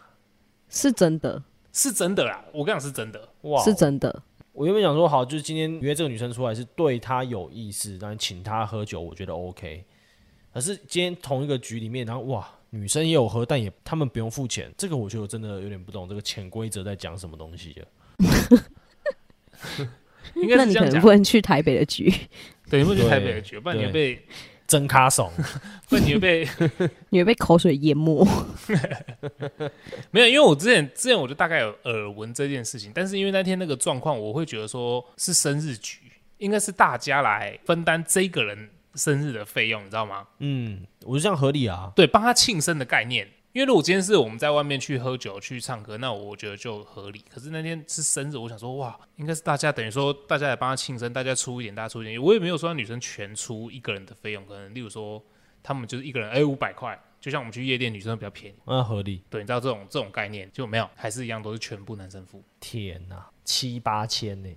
Speaker 2: 是真的，
Speaker 1: 是真的啦，我跟你讲是真的。
Speaker 3: 哇，
Speaker 2: 是真的。
Speaker 3: 我原本想说，好，就是今天约这个女生出来是对她有意思，然后请她喝酒，我觉得 OK。可是今天同一个局里面，然后哇，女生也有喝，但也他们不用付钱，这个我就真的有点不懂这个潜规则在讲什么东西了。
Speaker 1: 应该
Speaker 2: 那
Speaker 1: 是
Speaker 2: 你
Speaker 1: 这
Speaker 2: 可
Speaker 1: 样
Speaker 2: 能
Speaker 1: 讲
Speaker 2: 不。能去台北的局，
Speaker 1: 对，你会去台北
Speaker 3: 对
Speaker 1: 的局，不然你会
Speaker 3: 对
Speaker 1: 被，
Speaker 3: 真卡怂，
Speaker 1: 不然你会被
Speaker 2: 你会被口水淹没。
Speaker 1: 没有，因为我之前之前我就大概有耳闻这件事情，但是因为那天那个状况，我会觉得说是生日局，应该是大家来分担这个人生日的费用，你知道吗？
Speaker 3: 嗯，我就这样合理啊。
Speaker 1: 对，帮他庆生的概念。因为如果今天是我们在外面去喝酒去唱歌，那我觉得就合理。可是那天是生日，我想说哇，应该是大家等于说大家来帮他庆生，大家出一点，大家出一点。我也没有说让女生全出一个人的费用，可能例如说他们就是一个人哎五百块，就像我们去夜店女生比较便宜。
Speaker 3: 那啊合理，
Speaker 1: 对，你知道这种这种概念就没有，还是一样都是全部男生付。
Speaker 3: 天哪、七八千呢、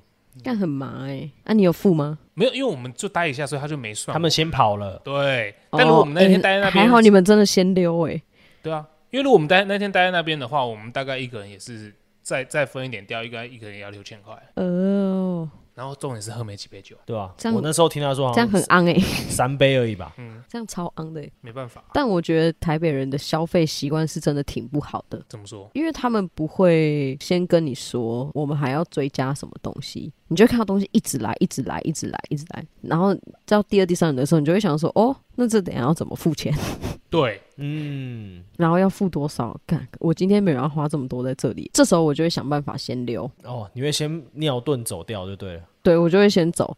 Speaker 2: 但很麻哎、那、你有付吗？
Speaker 1: 没有，因为我们就待一下，所以他就没算我。
Speaker 3: 他们先跑了，
Speaker 1: 对，但如果我们那天
Speaker 2: 哦
Speaker 1: 待在那
Speaker 2: 哎
Speaker 1: 边，
Speaker 2: 还好你们真的先溜哎、
Speaker 1: 对啊，因为如果我们待那天待在那边的话，我们大概一个人也是再再分一点掉，一个一个人也要六千块。
Speaker 2: 哦，
Speaker 1: 然后重点是喝没几杯酒，
Speaker 3: 对吧、
Speaker 2: 这样
Speaker 3: 我那时候听他说好
Speaker 2: 这样
Speaker 3: 像
Speaker 2: 很昂哎、
Speaker 3: 三杯而已吧，
Speaker 2: 这样超昂的欸、
Speaker 1: 没办法，
Speaker 2: 但我觉得台北人的消费习惯是真的挺不好的，
Speaker 1: 怎么说？
Speaker 2: 因为他们不会先跟你说我们还要追加什么东西，你就会看到东西一直来，一直来，一直来，一直来，然后到第二、第三轮的时候，你就会想说，哦，那这等一下要怎么付钱，
Speaker 1: 对，
Speaker 3: 嗯，
Speaker 2: 然后要付多少？干，我今天没有要花这么多在这里，这时候我就会想办法先溜，
Speaker 3: 哦，你会先尿遁走掉就对了，
Speaker 2: 对我就会先走。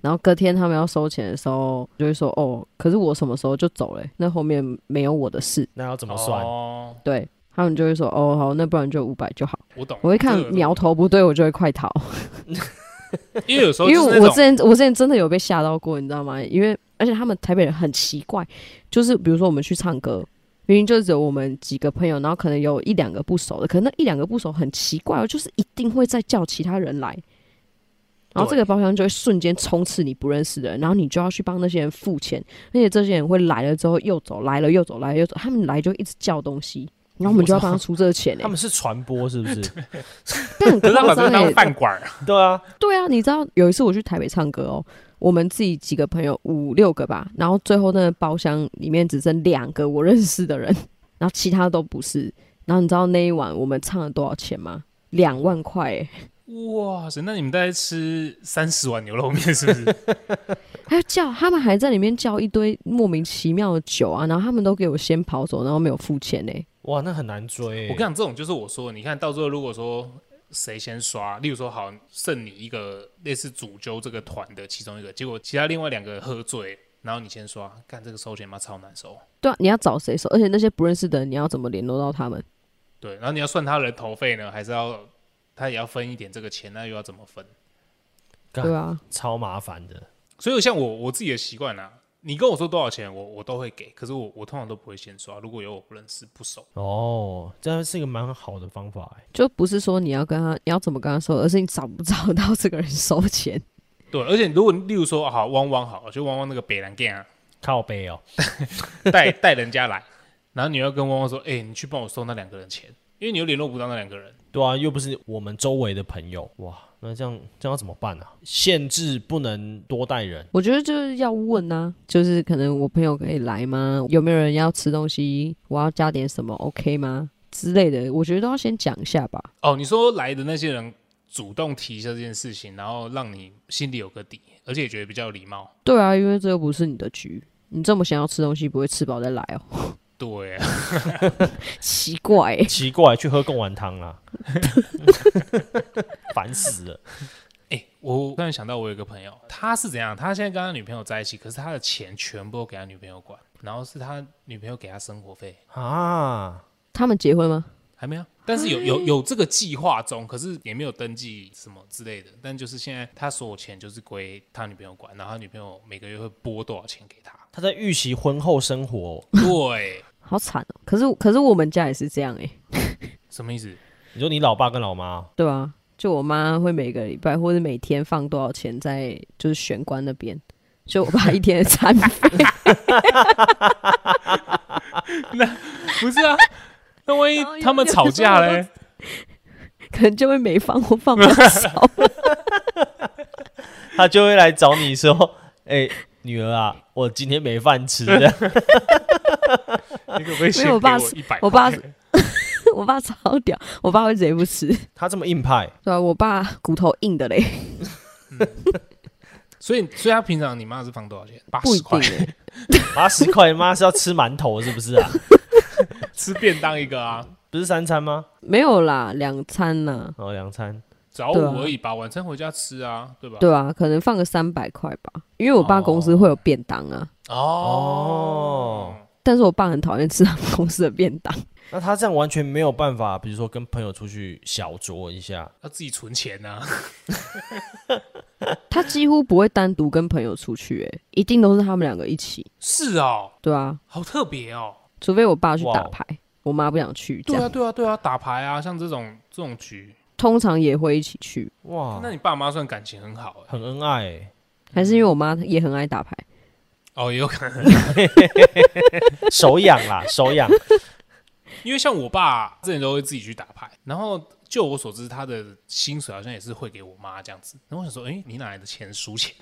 Speaker 2: 然后隔天他们要收钱的时候，我就会说哦，可是我什么时候就走嘞、欸那后面没有我的事。
Speaker 3: 那要怎么算？
Speaker 1: 哦，
Speaker 2: 对他们就会说哦，好，那不然就五百就好。
Speaker 1: 我懂。
Speaker 2: 我会看
Speaker 1: 这个
Speaker 2: 苗，头不对，我就会快逃，
Speaker 1: 因为有时
Speaker 2: 因
Speaker 1: 候就
Speaker 2: 为
Speaker 1: 是那
Speaker 2: 我之
Speaker 1: 种
Speaker 2: 前我之前真的有被吓到过，你知道吗？因为而且他们台北人很奇怪，就是比如说我们去唱歌，明明就只有我们几个朋友，然后可能有一两个不熟的，可能那一两个不熟很奇怪哦，就是一定会再叫其他人来。然后这个包厢就会瞬间充斥你不认识的人，然后你就要去帮那些人付钱，而且这些人会来了之后又走，来了又走，来了又走，他们来就一直叫东西，然后我们就要帮他出这个钱、欸，
Speaker 3: 他们是传播是不是？
Speaker 2: 但很
Speaker 1: 可是他把
Speaker 2: 夸
Speaker 1: 这个
Speaker 2: 张、
Speaker 1: 当
Speaker 2: 欸，
Speaker 1: 饭馆儿，
Speaker 3: 对啊，
Speaker 2: 对啊，你知道有一次我去台北唱歌哦，我们自己几个朋友五六个吧，然后最后那个包厢里面只剩两个我认识的人， 然后其他都不是。然后你知道那一晚我们唱了多少钱吗？两万块、欸，
Speaker 1: 哇塞！那你们大概吃三十碗牛肉面是不是？
Speaker 2: 还有叫他们还在里面叫一堆莫名其妙的酒啊，然后他们都给我先跑走，然后没有付钱呢、
Speaker 3: 哇，那很难追、欸
Speaker 1: 我跟你讲，这种就是我说，你看到最后如果说谁先刷，例如说好剩你一个类似主揪这个团的其中一个，结果其他另外两个喝醉，然后你先刷，干这个收钱妈超难收。
Speaker 2: 对啊，你要找谁手？而且那些不认识的人，你要怎么联络到他们？
Speaker 1: 对，然后你要算他人头费呢，还是要他也要分一点这个钱，那又要怎么分？
Speaker 3: 干
Speaker 2: 对啊，
Speaker 3: 超麻烦的。
Speaker 1: 所以像我我自己的习惯啦，你跟我说多少钱，我我都会给，可是我我通常都不会先刷，如果有我不认识不熟，
Speaker 3: 哦，这是一个蛮好的方法、欸。
Speaker 2: 就不是说你要跟他，你要怎么跟他说，而是你找不找到这个人收钱。
Speaker 1: 对，而且如果例如说啊好汪汪好，就汪汪那个北兰 g 啊，
Speaker 3: 靠背哦，
Speaker 1: 带 带人家来，然后你要跟汪汪说，哎、你去帮我收那两个人钱，因为你又联络不到那两个人，
Speaker 3: 对啊，又不是我们周围的朋友，哇，那这样这样要怎么办啊？限制不能多带人，
Speaker 2: 我觉得就是要问啊，就是可能我朋友可以来吗？有没有人要吃东西？我要加点什么？OK 吗？之类的，我觉得都要先讲一下吧。
Speaker 1: 哦，你说来的那些人主动提一下这件事情，然后让你心里有个底，而且也觉得比较有礼貌。
Speaker 2: 对啊，因为这又不是你的局，你这么想要吃东西，不会吃饱再来哦、
Speaker 1: 对啊、
Speaker 2: 奇怪、欸，
Speaker 3: 奇怪，去喝贡丸汤 啦，烦死了。
Speaker 1: 哎、我突然想到，我有一个朋友，他是怎样？他现在跟他女朋友在一起，可是他的钱全部都给他女朋友管，然后是他女朋友给他生活费，
Speaker 3: 啊，
Speaker 2: 他们结婚吗？
Speaker 1: 还没有。但是有有有这个计划中，可是也没有登记什么之类的。但就是现在他所有钱就是归他女朋友管，然后他女朋友每个月会拨多少钱给他。
Speaker 3: 他在预习婚后生活、
Speaker 1: 对，
Speaker 2: 好惨哦、可是可是我们家也是这样哎、
Speaker 1: 什么意思？
Speaker 3: 你说你老爸跟老妈，
Speaker 2: 对啊，就我妈会每个礼拜或者每天放多少钱在就是玄关那边，就我爸一天的餐费
Speaker 1: 不是啊，那万一
Speaker 2: 然后
Speaker 1: 他们
Speaker 2: 有
Speaker 1: 吵架
Speaker 2: 有时候
Speaker 1: 嘞？
Speaker 2: 可能就会没放或放比较少。
Speaker 3: 他就会来找你说：“ 哎、女儿啊，我今天没饭 吃。”这样
Speaker 1: 你可不可以先
Speaker 2: 没
Speaker 1: 给
Speaker 2: 有我爸
Speaker 1: 我
Speaker 2: 是
Speaker 1: 一百？
Speaker 2: 我爸是我爸超屌，我爸会直接不吃，
Speaker 3: 他这么硬派，
Speaker 2: 对啊，我爸骨头硬的嘞，
Speaker 1: 所以所以他平常你妈是放多少钱？八
Speaker 2: 不一
Speaker 1: 十块
Speaker 2: 定，欸。
Speaker 3: 八十块，妈是要吃馒头是不是啊？
Speaker 1: 吃便当一个啊，
Speaker 3: 不是三餐吗？
Speaker 2: 没有啦，两餐呐，
Speaker 3: 哦，两餐。
Speaker 1: 早
Speaker 2: 对啊
Speaker 1: 午而已吧，晚餐回家吃啊，对吧？
Speaker 2: 对啊，可能放个三百块吧，因为我爸公司会有便当啊，
Speaker 1: 哦，
Speaker 2: 但是我爸很讨厌吃他们公司的便当。
Speaker 3: 那他这样完全没有办法，比如说跟朋友出去小酌一下，
Speaker 1: 要自己存钱啊呐、
Speaker 2: 他几乎不会单独跟朋友出去、欸，一定都是他们两个一起，
Speaker 1: 是哦，
Speaker 2: 对啊，
Speaker 1: 好特别哦。
Speaker 2: 除非我爸去
Speaker 3: 哇
Speaker 2: 打
Speaker 3: 哦
Speaker 2: 牌，我妈不想去，这
Speaker 1: 对啊，
Speaker 2: 样
Speaker 1: 对啊，对啊，打牌啊，像这种这种局，
Speaker 2: 通常也会一起去，
Speaker 3: 哇
Speaker 1: 那，你爸妈算感情很好哎、
Speaker 3: 很恩爱、欸。
Speaker 2: 还是因为我妈也很爱打牌，
Speaker 1: 哦，也有可能，
Speaker 3: 手痒 啦，手痒。
Speaker 1: 因为像我爸之前都会自己去打牌，然后就我所知，他的薪水好像也是会给我妈这样子。然后我想说，哎、你哪来的钱输钱？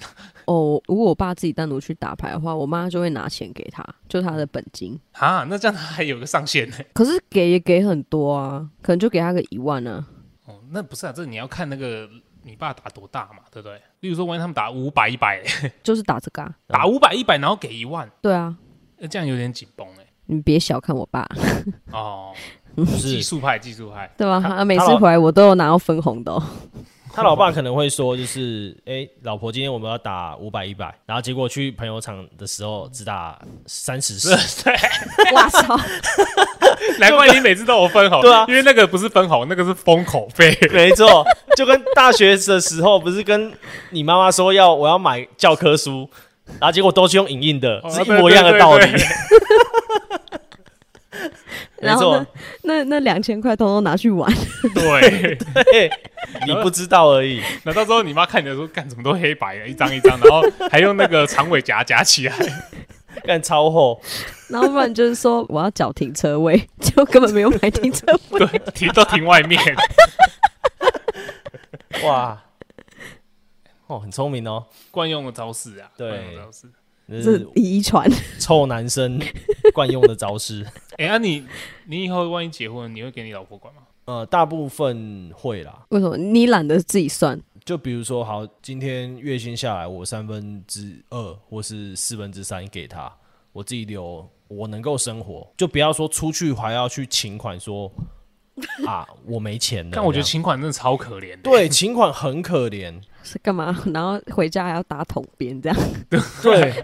Speaker 2: 哦，如果我爸自己单独去打牌的话，我妈就会拿钱给他，就他的本金，
Speaker 1: 啊，那这样他还有个上限呢、
Speaker 2: 可是给也给很多啊，可能就给他个一万啊，
Speaker 1: 哦，那不是啊，这你要看那个你爸打多大嘛，对不对？例如说，万一他们打五百一百，
Speaker 2: 就是打这个、啊，
Speaker 1: 打五百一百，然后给一万，
Speaker 2: 对啊，
Speaker 1: 那这样有点紧绷哎。
Speaker 2: 你别小看我爸，
Speaker 1: 哦，
Speaker 3: 不
Speaker 1: 技
Speaker 3: 是
Speaker 1: 术派，技术 派，
Speaker 2: 对吧、啊
Speaker 3: 他
Speaker 2: 他每
Speaker 3: 他
Speaker 2: 次
Speaker 3: 老
Speaker 2: 回来我都有拿到分红的、哦，
Speaker 3: 他老爸可能会说，就是哎、欸老婆，今天我们要打五百一百，然后结果去朋友场的时候只打三十四，
Speaker 2: 哇操，
Speaker 1: 难怪你每次都有分红，
Speaker 3: 对啊
Speaker 1: 因为那个不是分红，那个是封口费。
Speaker 3: 没错，就跟大学的时候不是跟你妈妈说要我要买教科书，然后结果都是用影印的，
Speaker 1: 哦
Speaker 3: 是一模一样的道理
Speaker 1: 对对。
Speaker 3: 没
Speaker 2: 然后
Speaker 3: 错
Speaker 2: 呢， 那那两千块通通拿去玩，
Speaker 1: 对，
Speaker 3: 嘿你不知道而已。
Speaker 1: 那到时候你妈看你的时候，干怎么都黑白啊的，一张一张，然后还用那个长尾夹夹起来。
Speaker 3: 干超厚，
Speaker 2: 然后不然就是说我要缴停车位，就根本没有买停车 位。
Speaker 1: 对，停都停外面。
Speaker 3: 哇，哦，很聪明哦，
Speaker 1: 惯用的招式啊，
Speaker 3: 对
Speaker 1: 惯用的招式。
Speaker 3: 这
Speaker 2: 这
Speaker 3: 是
Speaker 2: 遗传，
Speaker 3: 臭男生惯用的招式。
Speaker 1: 哎、那、你你以后万一结婚，你会给你老婆管吗？
Speaker 3: 呃，大部分会啦，
Speaker 2: 为什么你懒得自己算？
Speaker 3: 就比如说，好，今天月薪下来，我三分之二或是四分之三给他，我自己留，我能够生活，就不要说出去还要去请款说啊，我没钱了。
Speaker 1: 但我觉得
Speaker 3: 这样
Speaker 1: 请款真的超可怜的。欸
Speaker 3: 对请款很可怜，
Speaker 2: 是干嘛？然后回家还要打桶边这样，
Speaker 3: 对，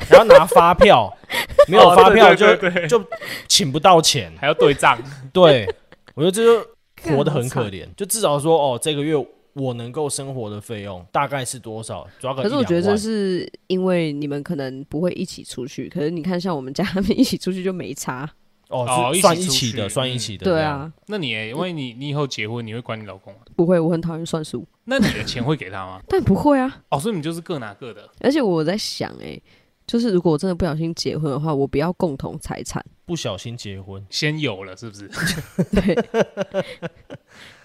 Speaker 3: 然后拿发票，没有
Speaker 1: 哦
Speaker 3: 发票
Speaker 1: 对
Speaker 3: 就、
Speaker 1: 对对对
Speaker 3: 就请不到钱，
Speaker 1: 还要对账，
Speaker 3: 对，我觉得这就
Speaker 2: 干
Speaker 3: 活得很
Speaker 2: 好
Speaker 3: 可
Speaker 2: 惨
Speaker 3: 怜，就至少说哦，这个月我能够生活的费用大概是多少，抓个一
Speaker 2: 可是我觉得
Speaker 3: 两
Speaker 2: 这
Speaker 3: 万
Speaker 2: 是因为你们可能不会一起出去，可是你看像我们家他们一起出去就没差，
Speaker 3: 哦
Speaker 1: 哦
Speaker 3: 是
Speaker 1: 一
Speaker 3: 算
Speaker 1: 起
Speaker 3: 一
Speaker 1: 出
Speaker 3: 起的，
Speaker 1: 去
Speaker 3: 算一
Speaker 1: 嗯
Speaker 3: 起的，
Speaker 2: 对
Speaker 3: 这样
Speaker 2: 啊，
Speaker 1: 那你耶万一你你以后结婚，你会管你老公吗？
Speaker 2: 不会，我很讨厌算数，？
Speaker 1: 那你的钱会给他吗
Speaker 2: 但不会啊。
Speaker 1: 哦，所以你们就是各拿各的。
Speaker 2: 而且我在想、哎，就是如果我真的不小心结婚的话，我不要共同财 产，
Speaker 3: 不小心结婚，
Speaker 1: 先有了是不 是？
Speaker 2: 对，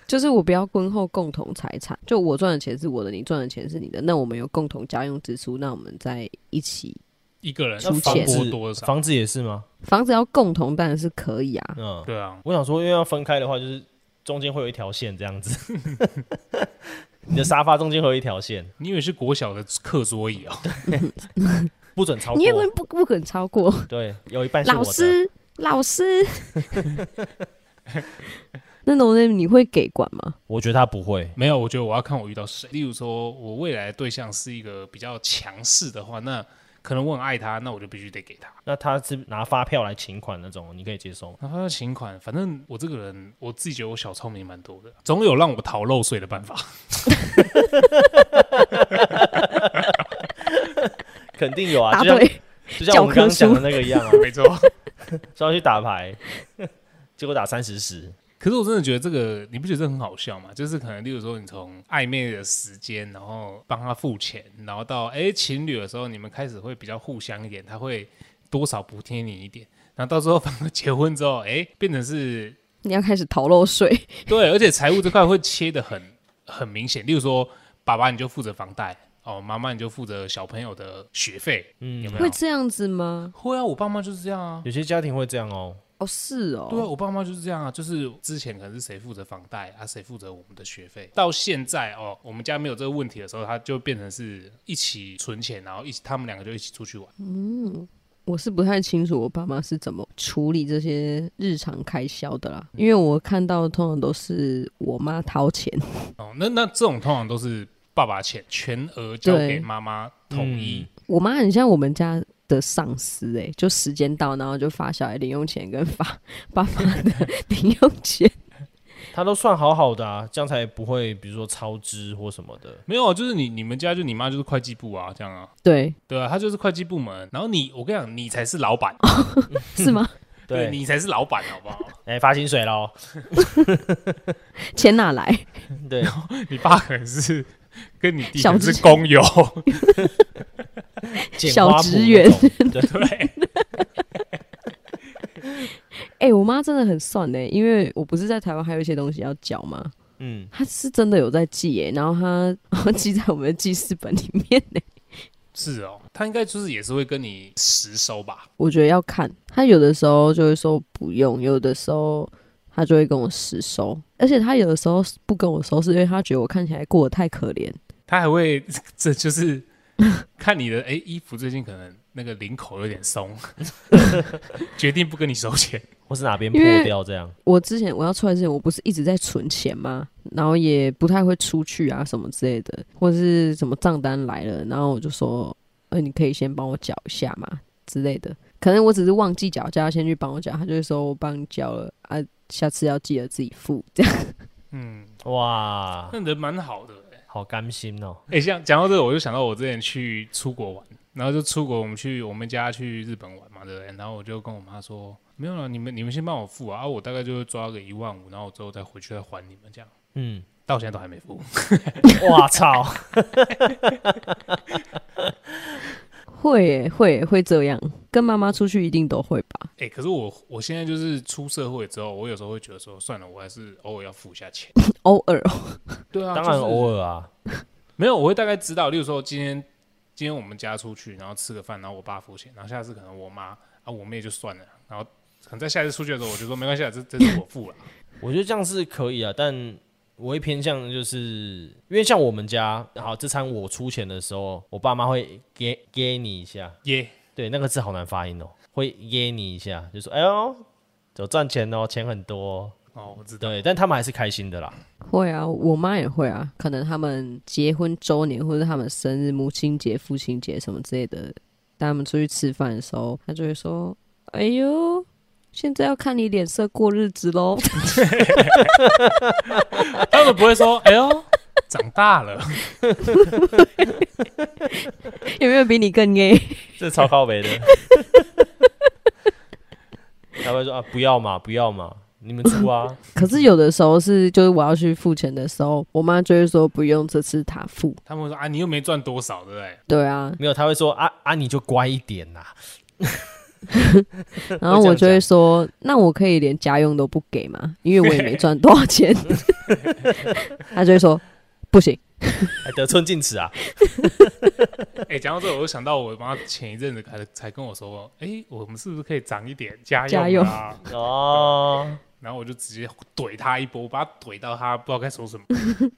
Speaker 2: 就是我不要婚后共同财产，就我赚的钱是我的，你赚的钱是你的，那我们有共同家用支出，那我们在一起。
Speaker 1: 一个人
Speaker 2: 出
Speaker 1: 那房
Speaker 2: 钱
Speaker 1: 多
Speaker 3: 子
Speaker 1: 多少？
Speaker 3: 房子也是吗？
Speaker 2: 房子要共同当然是可以啊，
Speaker 3: 嗯，
Speaker 1: 对啊，
Speaker 3: 我想说，因为要分开的话，就是中间会有一条线这样子， 你的沙发中间会有一条线，
Speaker 1: 你以为是国小的课桌椅哦？
Speaker 3: 不准超
Speaker 2: 你也不
Speaker 3: 过。
Speaker 2: 不不肯超过
Speaker 3: 对，有一半是我
Speaker 2: 老
Speaker 3: 的。
Speaker 2: 师，老师。 那种人你会给管吗？
Speaker 3: 我觉得他不会。
Speaker 1: 没有，我觉得我要看我遇到谁。例如说，我未来的对象是一个比较强势的话，那可能我很爱他，那我就必须得给他。
Speaker 3: 那他是拿发票来请款那种，你可以接受吗？
Speaker 1: 然后要请款，反正我这个人，我自己觉得我小聪明蛮多的，总有让我逃漏税的办法。
Speaker 3: 肯定有啊，
Speaker 2: 答
Speaker 3: 就像
Speaker 2: 对，
Speaker 3: 就像我们刚刚讲的那个一样啊，
Speaker 1: 没错。
Speaker 3: 说要去打牌， 结果打三十十，
Speaker 1: 可是我真的觉得这个，你不觉得这很好笑吗？就是可能，例如说，你从暧昧的时间，然后帮他付钱，然后到哎、诶情侣的时候，你们开始会比较互相一点，他会多少补贴你一点，然后到时候反而结婚之后，哎、变成是
Speaker 2: 你要开始逃漏税，
Speaker 1: 对，而且财务这块会切的很很明显。例如说，爸爸你就负责房贷，哦，妈妈你就负责小朋友的学费，嗯，有没
Speaker 2: 会
Speaker 1: 有？
Speaker 2: 这样子吗？
Speaker 1: 会啊，我爸妈就是这样啊。
Speaker 3: 有些家庭会这样哦。
Speaker 2: 哦，是
Speaker 1: 对啊，
Speaker 2: 哦，
Speaker 1: 我爸妈就是这样啊，就是之前可能是谁负责房贷啊，谁负责我们的学费，到现在哦，我们家没有这个问题的时候，他就变成是一起存钱，然后一起他们两个就一起出去玩。
Speaker 2: 我是不太清楚我爸妈是怎么处理这些日常开销的啦，因为我看到通常都是我妈掏钱，
Speaker 1: 哦，那那这种通常都是爸爸钱全额交
Speaker 2: 对嗯
Speaker 1: 给妈妈统一，
Speaker 2: 我妈很像我们家的上司哎、就时间到，然后就发小孩零用钱跟发 爸妈的零用钱。
Speaker 3: 他都算好好的啊，这样才不会比如说超支或什么的。
Speaker 1: 没有啊，就是你你们家就你妈就是会计部啊，这样啊。
Speaker 2: 对，
Speaker 1: 对啊，他就是会计部门，然后你，我跟你讲，你才是老板，
Speaker 2: 是吗？
Speaker 3: 对，
Speaker 1: 你才是老板，好不 好？
Speaker 3: 哎、发薪水喽。
Speaker 2: 钱哪来？
Speaker 3: 对，
Speaker 1: 你爸可能是跟你弟
Speaker 2: 小
Speaker 1: 可能是
Speaker 2: 职
Speaker 1: 工友，
Speaker 3: 剪
Speaker 2: 小
Speaker 3: 花圃
Speaker 2: 职
Speaker 3: 那
Speaker 2: 员
Speaker 3: 种对，
Speaker 1: 对，
Speaker 2: 哎、我妈真的很算呢、因为我不是在台湾还有一些东西要缴吗？
Speaker 3: 嗯，
Speaker 2: 她是真的有在记耶、然后她 然后记在我们的记事本里面呢、
Speaker 1: 是哦，他应该就是也是会跟你实收吧？
Speaker 2: 我觉得要看，她有的时候就会说不用，有的时候她就会跟我实收，而且她有的时候不跟我收，是因为她觉得我看起来过得太可怜。
Speaker 1: 他还会， 这就是看你的，哎、衣服最近可能那个领口有点松，决定不跟你收钱。
Speaker 3: 或是哪边破
Speaker 2: 因为
Speaker 3: 掉这样。
Speaker 2: 我之前我要出来之前，我不是一直在存钱吗？然后也不太会出去啊什么之类的，或者是什么账单来了，然后我就说，呃，你可以先帮我缴一下嘛之类的。可能我只是忘记缴，叫他先去帮我缴，他就会说我帮你缴了啊，下次要记得自己付。 这样
Speaker 1: 嗯，
Speaker 3: 哇，
Speaker 1: 那人蛮好的、欸。
Speaker 3: 好甘心哦。
Speaker 1: 哎、像讲到这个，我就想到我之前去出国玩，然后就出国，我们去我们家去日本玩嘛，对不对？然后我就跟我妈说，没有了，你们你们先帮我付啊，啊，我大概就会抓个一万五，然后我之后再回去再还你们这样。
Speaker 3: 嗯，
Speaker 1: 到现在都还没付，
Speaker 3: 哇操，
Speaker 2: 会耶会耶会这样，跟妈妈出去一定都会吧？
Speaker 1: 哎、可是我我现在就是出社会之后，我有时候会觉得说，算了，我还是偶尔要付一下钱。
Speaker 2: 偶尔哦
Speaker 1: 对啊
Speaker 3: 当然偶
Speaker 1: 尔
Speaker 3: 尔啊。
Speaker 1: 没有，我会大概知道，例如说今天今天我们家出去，然后吃个饭，然后我爸付钱，然后下次可能我妈啊我妹就算了，然后可能在下次出去的时候，我就说没关系，啊，这这是我付了。
Speaker 3: 我觉得这样是可以啊，但我会偏向就是因为像我们家，好这餐我出钱的时候，我爸妈会给给你一下，
Speaker 1: 耶、
Speaker 3: 对，那个字好难发音哦，会噎你一下，就说哎呦，有赚钱哦，钱很多哦、
Speaker 1: 哦，我知道。
Speaker 3: 对，但他们还是开心的啦。
Speaker 2: 会啊，我妈也会啊。可能他们结婚周年，或者他们生日、母亲节、父亲节什么之类的，带他们出去吃饭的时候，她就会说：“哎呦，现在要看你脸色过日子喽。
Speaker 1: 他们不会 说，哎呦，长大了，
Speaker 2: 有没有比你更 gay？
Speaker 3: 这超靠北的。 他会说啊，不要嘛，不要嘛，你们出啊。
Speaker 2: 可是有的时候是，就是我要去付钱的时候，我妈就会说：“不用，这次她付。
Speaker 1: 他们会说啊，你又没赚多少，对不对？”
Speaker 2: 对 啊，
Speaker 3: 没有，他会说啊啊，你就乖一点呐、
Speaker 2: 然后我就会说：“那我可以连家用都不给吗？因为我也没赚多少 钱。”她就会说：“不 行。”
Speaker 3: 哎，得寸进尺啊。
Speaker 1: 哎、讲到这个，我就想到我妈前一阵子才才跟我说，哎、我们是不是可以长一点，加油
Speaker 2: 加油
Speaker 1: 啊？
Speaker 3: 哦，
Speaker 1: 然后我就直接怼他一波，我把他怼到他不知道该说什么。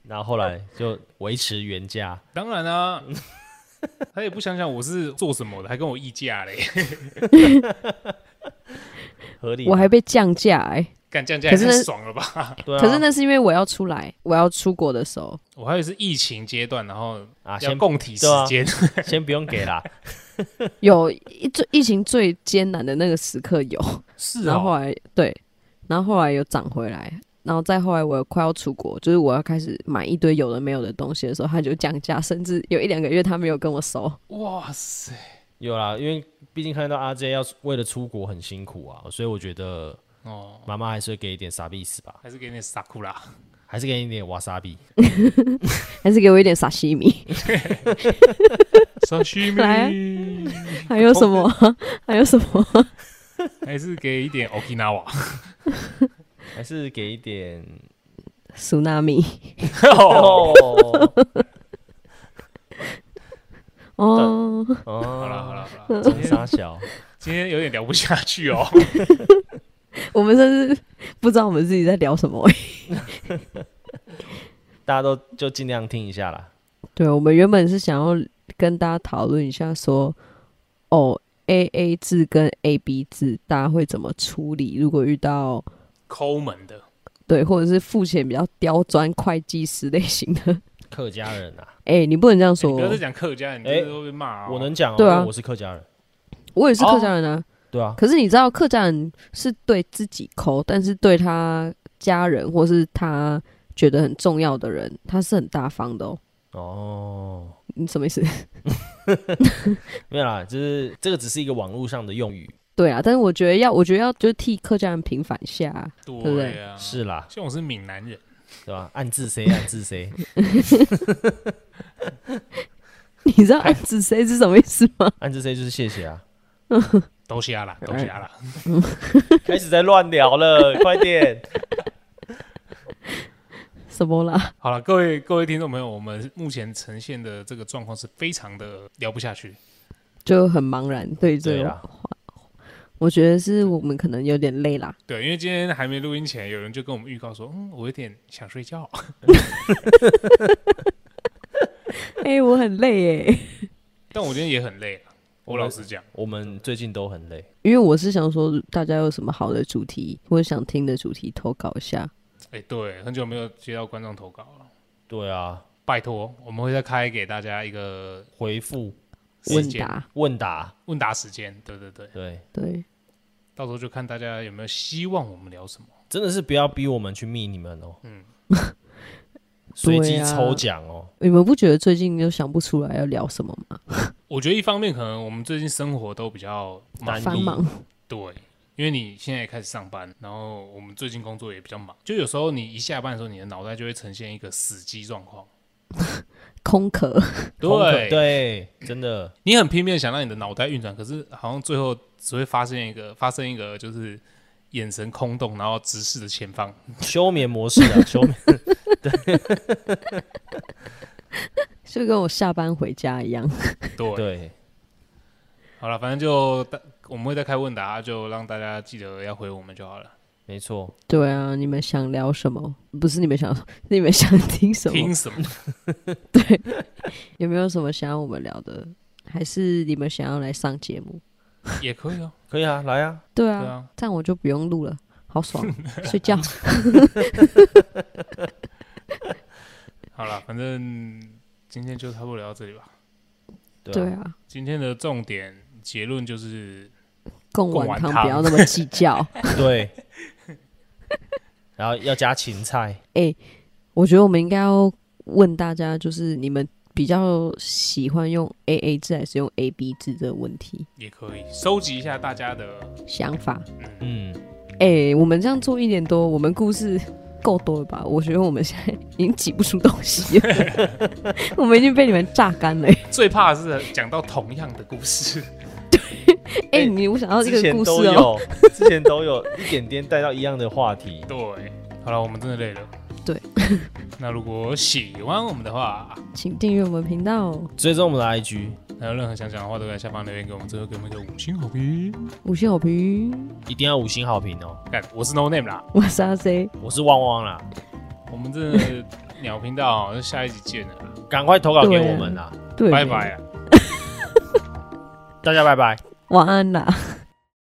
Speaker 3: 然后后来就维持原价，
Speaker 1: 当然 啊，他也不想想我是做什么的，还跟我议价嘞，
Speaker 3: 合理。
Speaker 2: 我还被降价哎、
Speaker 1: 干降价
Speaker 2: 可
Speaker 1: 也
Speaker 2: 是
Speaker 1: 太
Speaker 2: 那
Speaker 1: 爽了吧？
Speaker 3: 对啊，
Speaker 2: 可是那是因为我要出来，我要出国的时候，
Speaker 1: 我还以为是疫情阶段，然后
Speaker 3: 啊，
Speaker 1: 要
Speaker 3: 先
Speaker 1: 供体时间，
Speaker 3: 先不用给啦，
Speaker 2: 有一最疫情最艰难的那个时刻有，
Speaker 1: 是
Speaker 2: 然后
Speaker 1: 哦，
Speaker 2: 后来对，然后后来有涨回来，然后再后来我快要出国，就是我要开始买一堆有的没有的东西的时候，他就降价，甚至有一两个月他没有跟我收。
Speaker 1: 哇塞，
Speaker 3: 有啦，因为毕竟看到阿 J 要为了出国很辛苦啊，所以我觉得
Speaker 1: 哦，
Speaker 3: 妈妈还是会给一点傻逼死吧，
Speaker 1: 还是给你撒 库啦，
Speaker 3: 还是给你一点瓦萨比。
Speaker 2: 还是给我一点沙西米，
Speaker 1: 沙西
Speaker 2: 来
Speaker 1: 米，
Speaker 2: 还有什么？还有什么？
Speaker 1: 还是给一点 Okinawa，
Speaker 3: 还是给一点
Speaker 2: 苏纳米
Speaker 3: 哦
Speaker 2: 哦，
Speaker 3: 哦，
Speaker 1: 好
Speaker 3: 好
Speaker 1: 了好
Speaker 3: 了，
Speaker 1: 了好
Speaker 2: 嗯
Speaker 1: 了，今
Speaker 3: 真傻
Speaker 1: 天
Speaker 3: 小，
Speaker 1: 今天有点聊不下去 哦，
Speaker 2: 我们甚至不知道我们自己在聊什么、
Speaker 3: 大家都就尽量听一下啦。
Speaker 2: 对，我们原本是想要跟大家讨论一下说，哦，A A 制跟 A B 制大家会怎么处理？如果遇到
Speaker 1: 抠门的，
Speaker 2: 对，或者是付钱比较刁钻会计师类型的，
Speaker 3: 客家人啊，
Speaker 2: 哎、你不能这样
Speaker 1: 你
Speaker 2: 说
Speaker 1: 不，要再讲客家，你
Speaker 3: 哎
Speaker 1: 这都被骂哦，
Speaker 3: 我能讲哦，
Speaker 2: 对啊
Speaker 3: 因为我是客家人，
Speaker 2: 我也是
Speaker 1: 哦
Speaker 2: 客家人啊。
Speaker 3: 对啊，
Speaker 2: 可是你知道，客家人是对自己抠，但是对他家人或是他觉得很重要的人，他是很大方的哦。
Speaker 3: 哦，
Speaker 2: 你什么意思？
Speaker 3: 没有啦，就是这个只是一个网络上的用语，
Speaker 2: 对啊，但是我觉得要，我觉得要就是替客家人平反一下啊。 对不
Speaker 1: 对
Speaker 2: 对
Speaker 1: 啊，
Speaker 3: 是啦，
Speaker 1: 像我是闽南人，
Speaker 3: 对吧？暗自 C 暗自 C，
Speaker 2: 你知道
Speaker 1: 哎
Speaker 2: 暗指谁是什么意思吗？
Speaker 3: 暗自 C 就是谢谢啊。
Speaker 1: 都瞎啦，
Speaker 2: 哎
Speaker 1: 都瞎啦，
Speaker 3: 开始在乱聊了，快点！
Speaker 2: 什么啦？
Speaker 1: 好了，各位各位听众朋友，我们目前呈现的这个状况是非常的聊不下去，
Speaker 2: 就很茫然对于这
Speaker 3: 对
Speaker 2: 个
Speaker 1: 啊
Speaker 3: 啦，
Speaker 2: 我觉得是我们可能有点累啦。
Speaker 1: 对，因为今天还没录音前，有人就跟我们预告说，嗯，我有点想睡觉。
Speaker 2: 哎、我很累哎、
Speaker 1: 但我今天也很累了，我老实讲，
Speaker 3: 我们最近都很累，
Speaker 2: 因为我是想说，大家有什么好的主题或者想听的主题投稿一下。
Speaker 1: 哎、对，很久没有接到观众投稿了，
Speaker 3: 对啊，
Speaker 1: 拜托，我们会再开给大家一个
Speaker 3: 回复
Speaker 1: 时
Speaker 2: 问
Speaker 1: 间
Speaker 2: 答，
Speaker 3: 问答，
Speaker 1: 问答时间，对对对，
Speaker 3: 对，
Speaker 2: 对，
Speaker 1: 到时候就看大家有没有希望我们聊什么。
Speaker 3: 真的是不要逼我们去密你们哦，
Speaker 1: 嗯
Speaker 3: 嗯，随机
Speaker 2: 啊
Speaker 3: 抽奖哦，
Speaker 2: 你们不觉得最近又想不出来要聊什么吗？
Speaker 1: 我觉得一方面可能我们最近生活都比较忙
Speaker 3: 单一
Speaker 2: 繁忙，
Speaker 1: 对，因为你现在也开始上班，然后我们最近工作也比较忙，就有时候你一下班的时候，你的脑袋就会呈现一个死机状况。
Speaker 2: 空壳，
Speaker 3: 空壳
Speaker 1: 对，
Speaker 3: 对，真的
Speaker 1: 你很拼命地想让你的脑袋运转，可是好像最后只会发现一个发生一个就是眼神空洞，然后直视着前方。
Speaker 3: 休眠模式 啊，休眠，
Speaker 2: 就跟我下班回家一样。
Speaker 1: 对，
Speaker 3: 对，
Speaker 1: 好了，反正就大我们会再开问答，就让大家记得要回我们就好了。
Speaker 3: 没错，
Speaker 2: 对啊，你们想聊什么？不是你们想， 是你们想听什么
Speaker 1: 听？什么？
Speaker 2: 有没有什么想要我们聊的？还是你们想要来上节目？
Speaker 1: 也可以哦。
Speaker 3: 可以啊，来啊，
Speaker 2: 对
Speaker 1: 对
Speaker 2: 啊，
Speaker 1: 啊，
Speaker 2: 这样我就不用录了，好 爽，睡觉。
Speaker 3: 啊
Speaker 1: 好了，反正今天就差不多聊到这里吧。
Speaker 2: 对
Speaker 3: 对啊，
Speaker 2: 啊，
Speaker 1: 今天的重点结论就是，
Speaker 2: 贡
Speaker 1: 贡
Speaker 2: 丸
Speaker 1: 丸
Speaker 2: 汤
Speaker 1: 汤
Speaker 2: 不要那么计较。
Speaker 3: 对，然后要加芹菜，
Speaker 2: 我觉得我们应该要问大家，就是你们比较喜欢用 A A 制还是用 A B 制这个问题
Speaker 1: 也可以收集一下大家的，
Speaker 2: 想法。
Speaker 1: 嗯，
Speaker 3: 嗯，
Speaker 2: 哎、我们这样做一年多，我们故事够多了吧？我觉得我们现在已经挤不出东西了， 我们已经被你们榨干了。
Speaker 3: 哎
Speaker 1: 最怕的是讲到同样的故事，
Speaker 2: 哎、
Speaker 3: 哎
Speaker 2: 你我想到这
Speaker 3: 之
Speaker 2: 个
Speaker 3: 前
Speaker 2: 故事
Speaker 3: 都
Speaker 2: 哦、
Speaker 3: 有，之前都有一点点带到一样的话题，
Speaker 1: 对，好了，我们真的累了。
Speaker 2: 对，
Speaker 1: 那如果喜欢我们的话，
Speaker 2: 请订阅我们频道哦。
Speaker 3: 追踪我们的 IG，
Speaker 1: 还有任何想讲的话，都在下方留言给我们，最后给我们一个五星好评。
Speaker 2: 五星好评，
Speaker 3: 一定要五星好评哦！
Speaker 1: 干，我是 No Name 啦，
Speaker 2: 我是阿 C，
Speaker 3: 我是旺旺啦，
Speaker 1: 我们这鸟频道 就下一集见了，
Speaker 3: 赶快投稿给我们啦！
Speaker 2: 对，
Speaker 1: 拜拜啊。
Speaker 3: 大家拜拜。
Speaker 2: 晚安啦。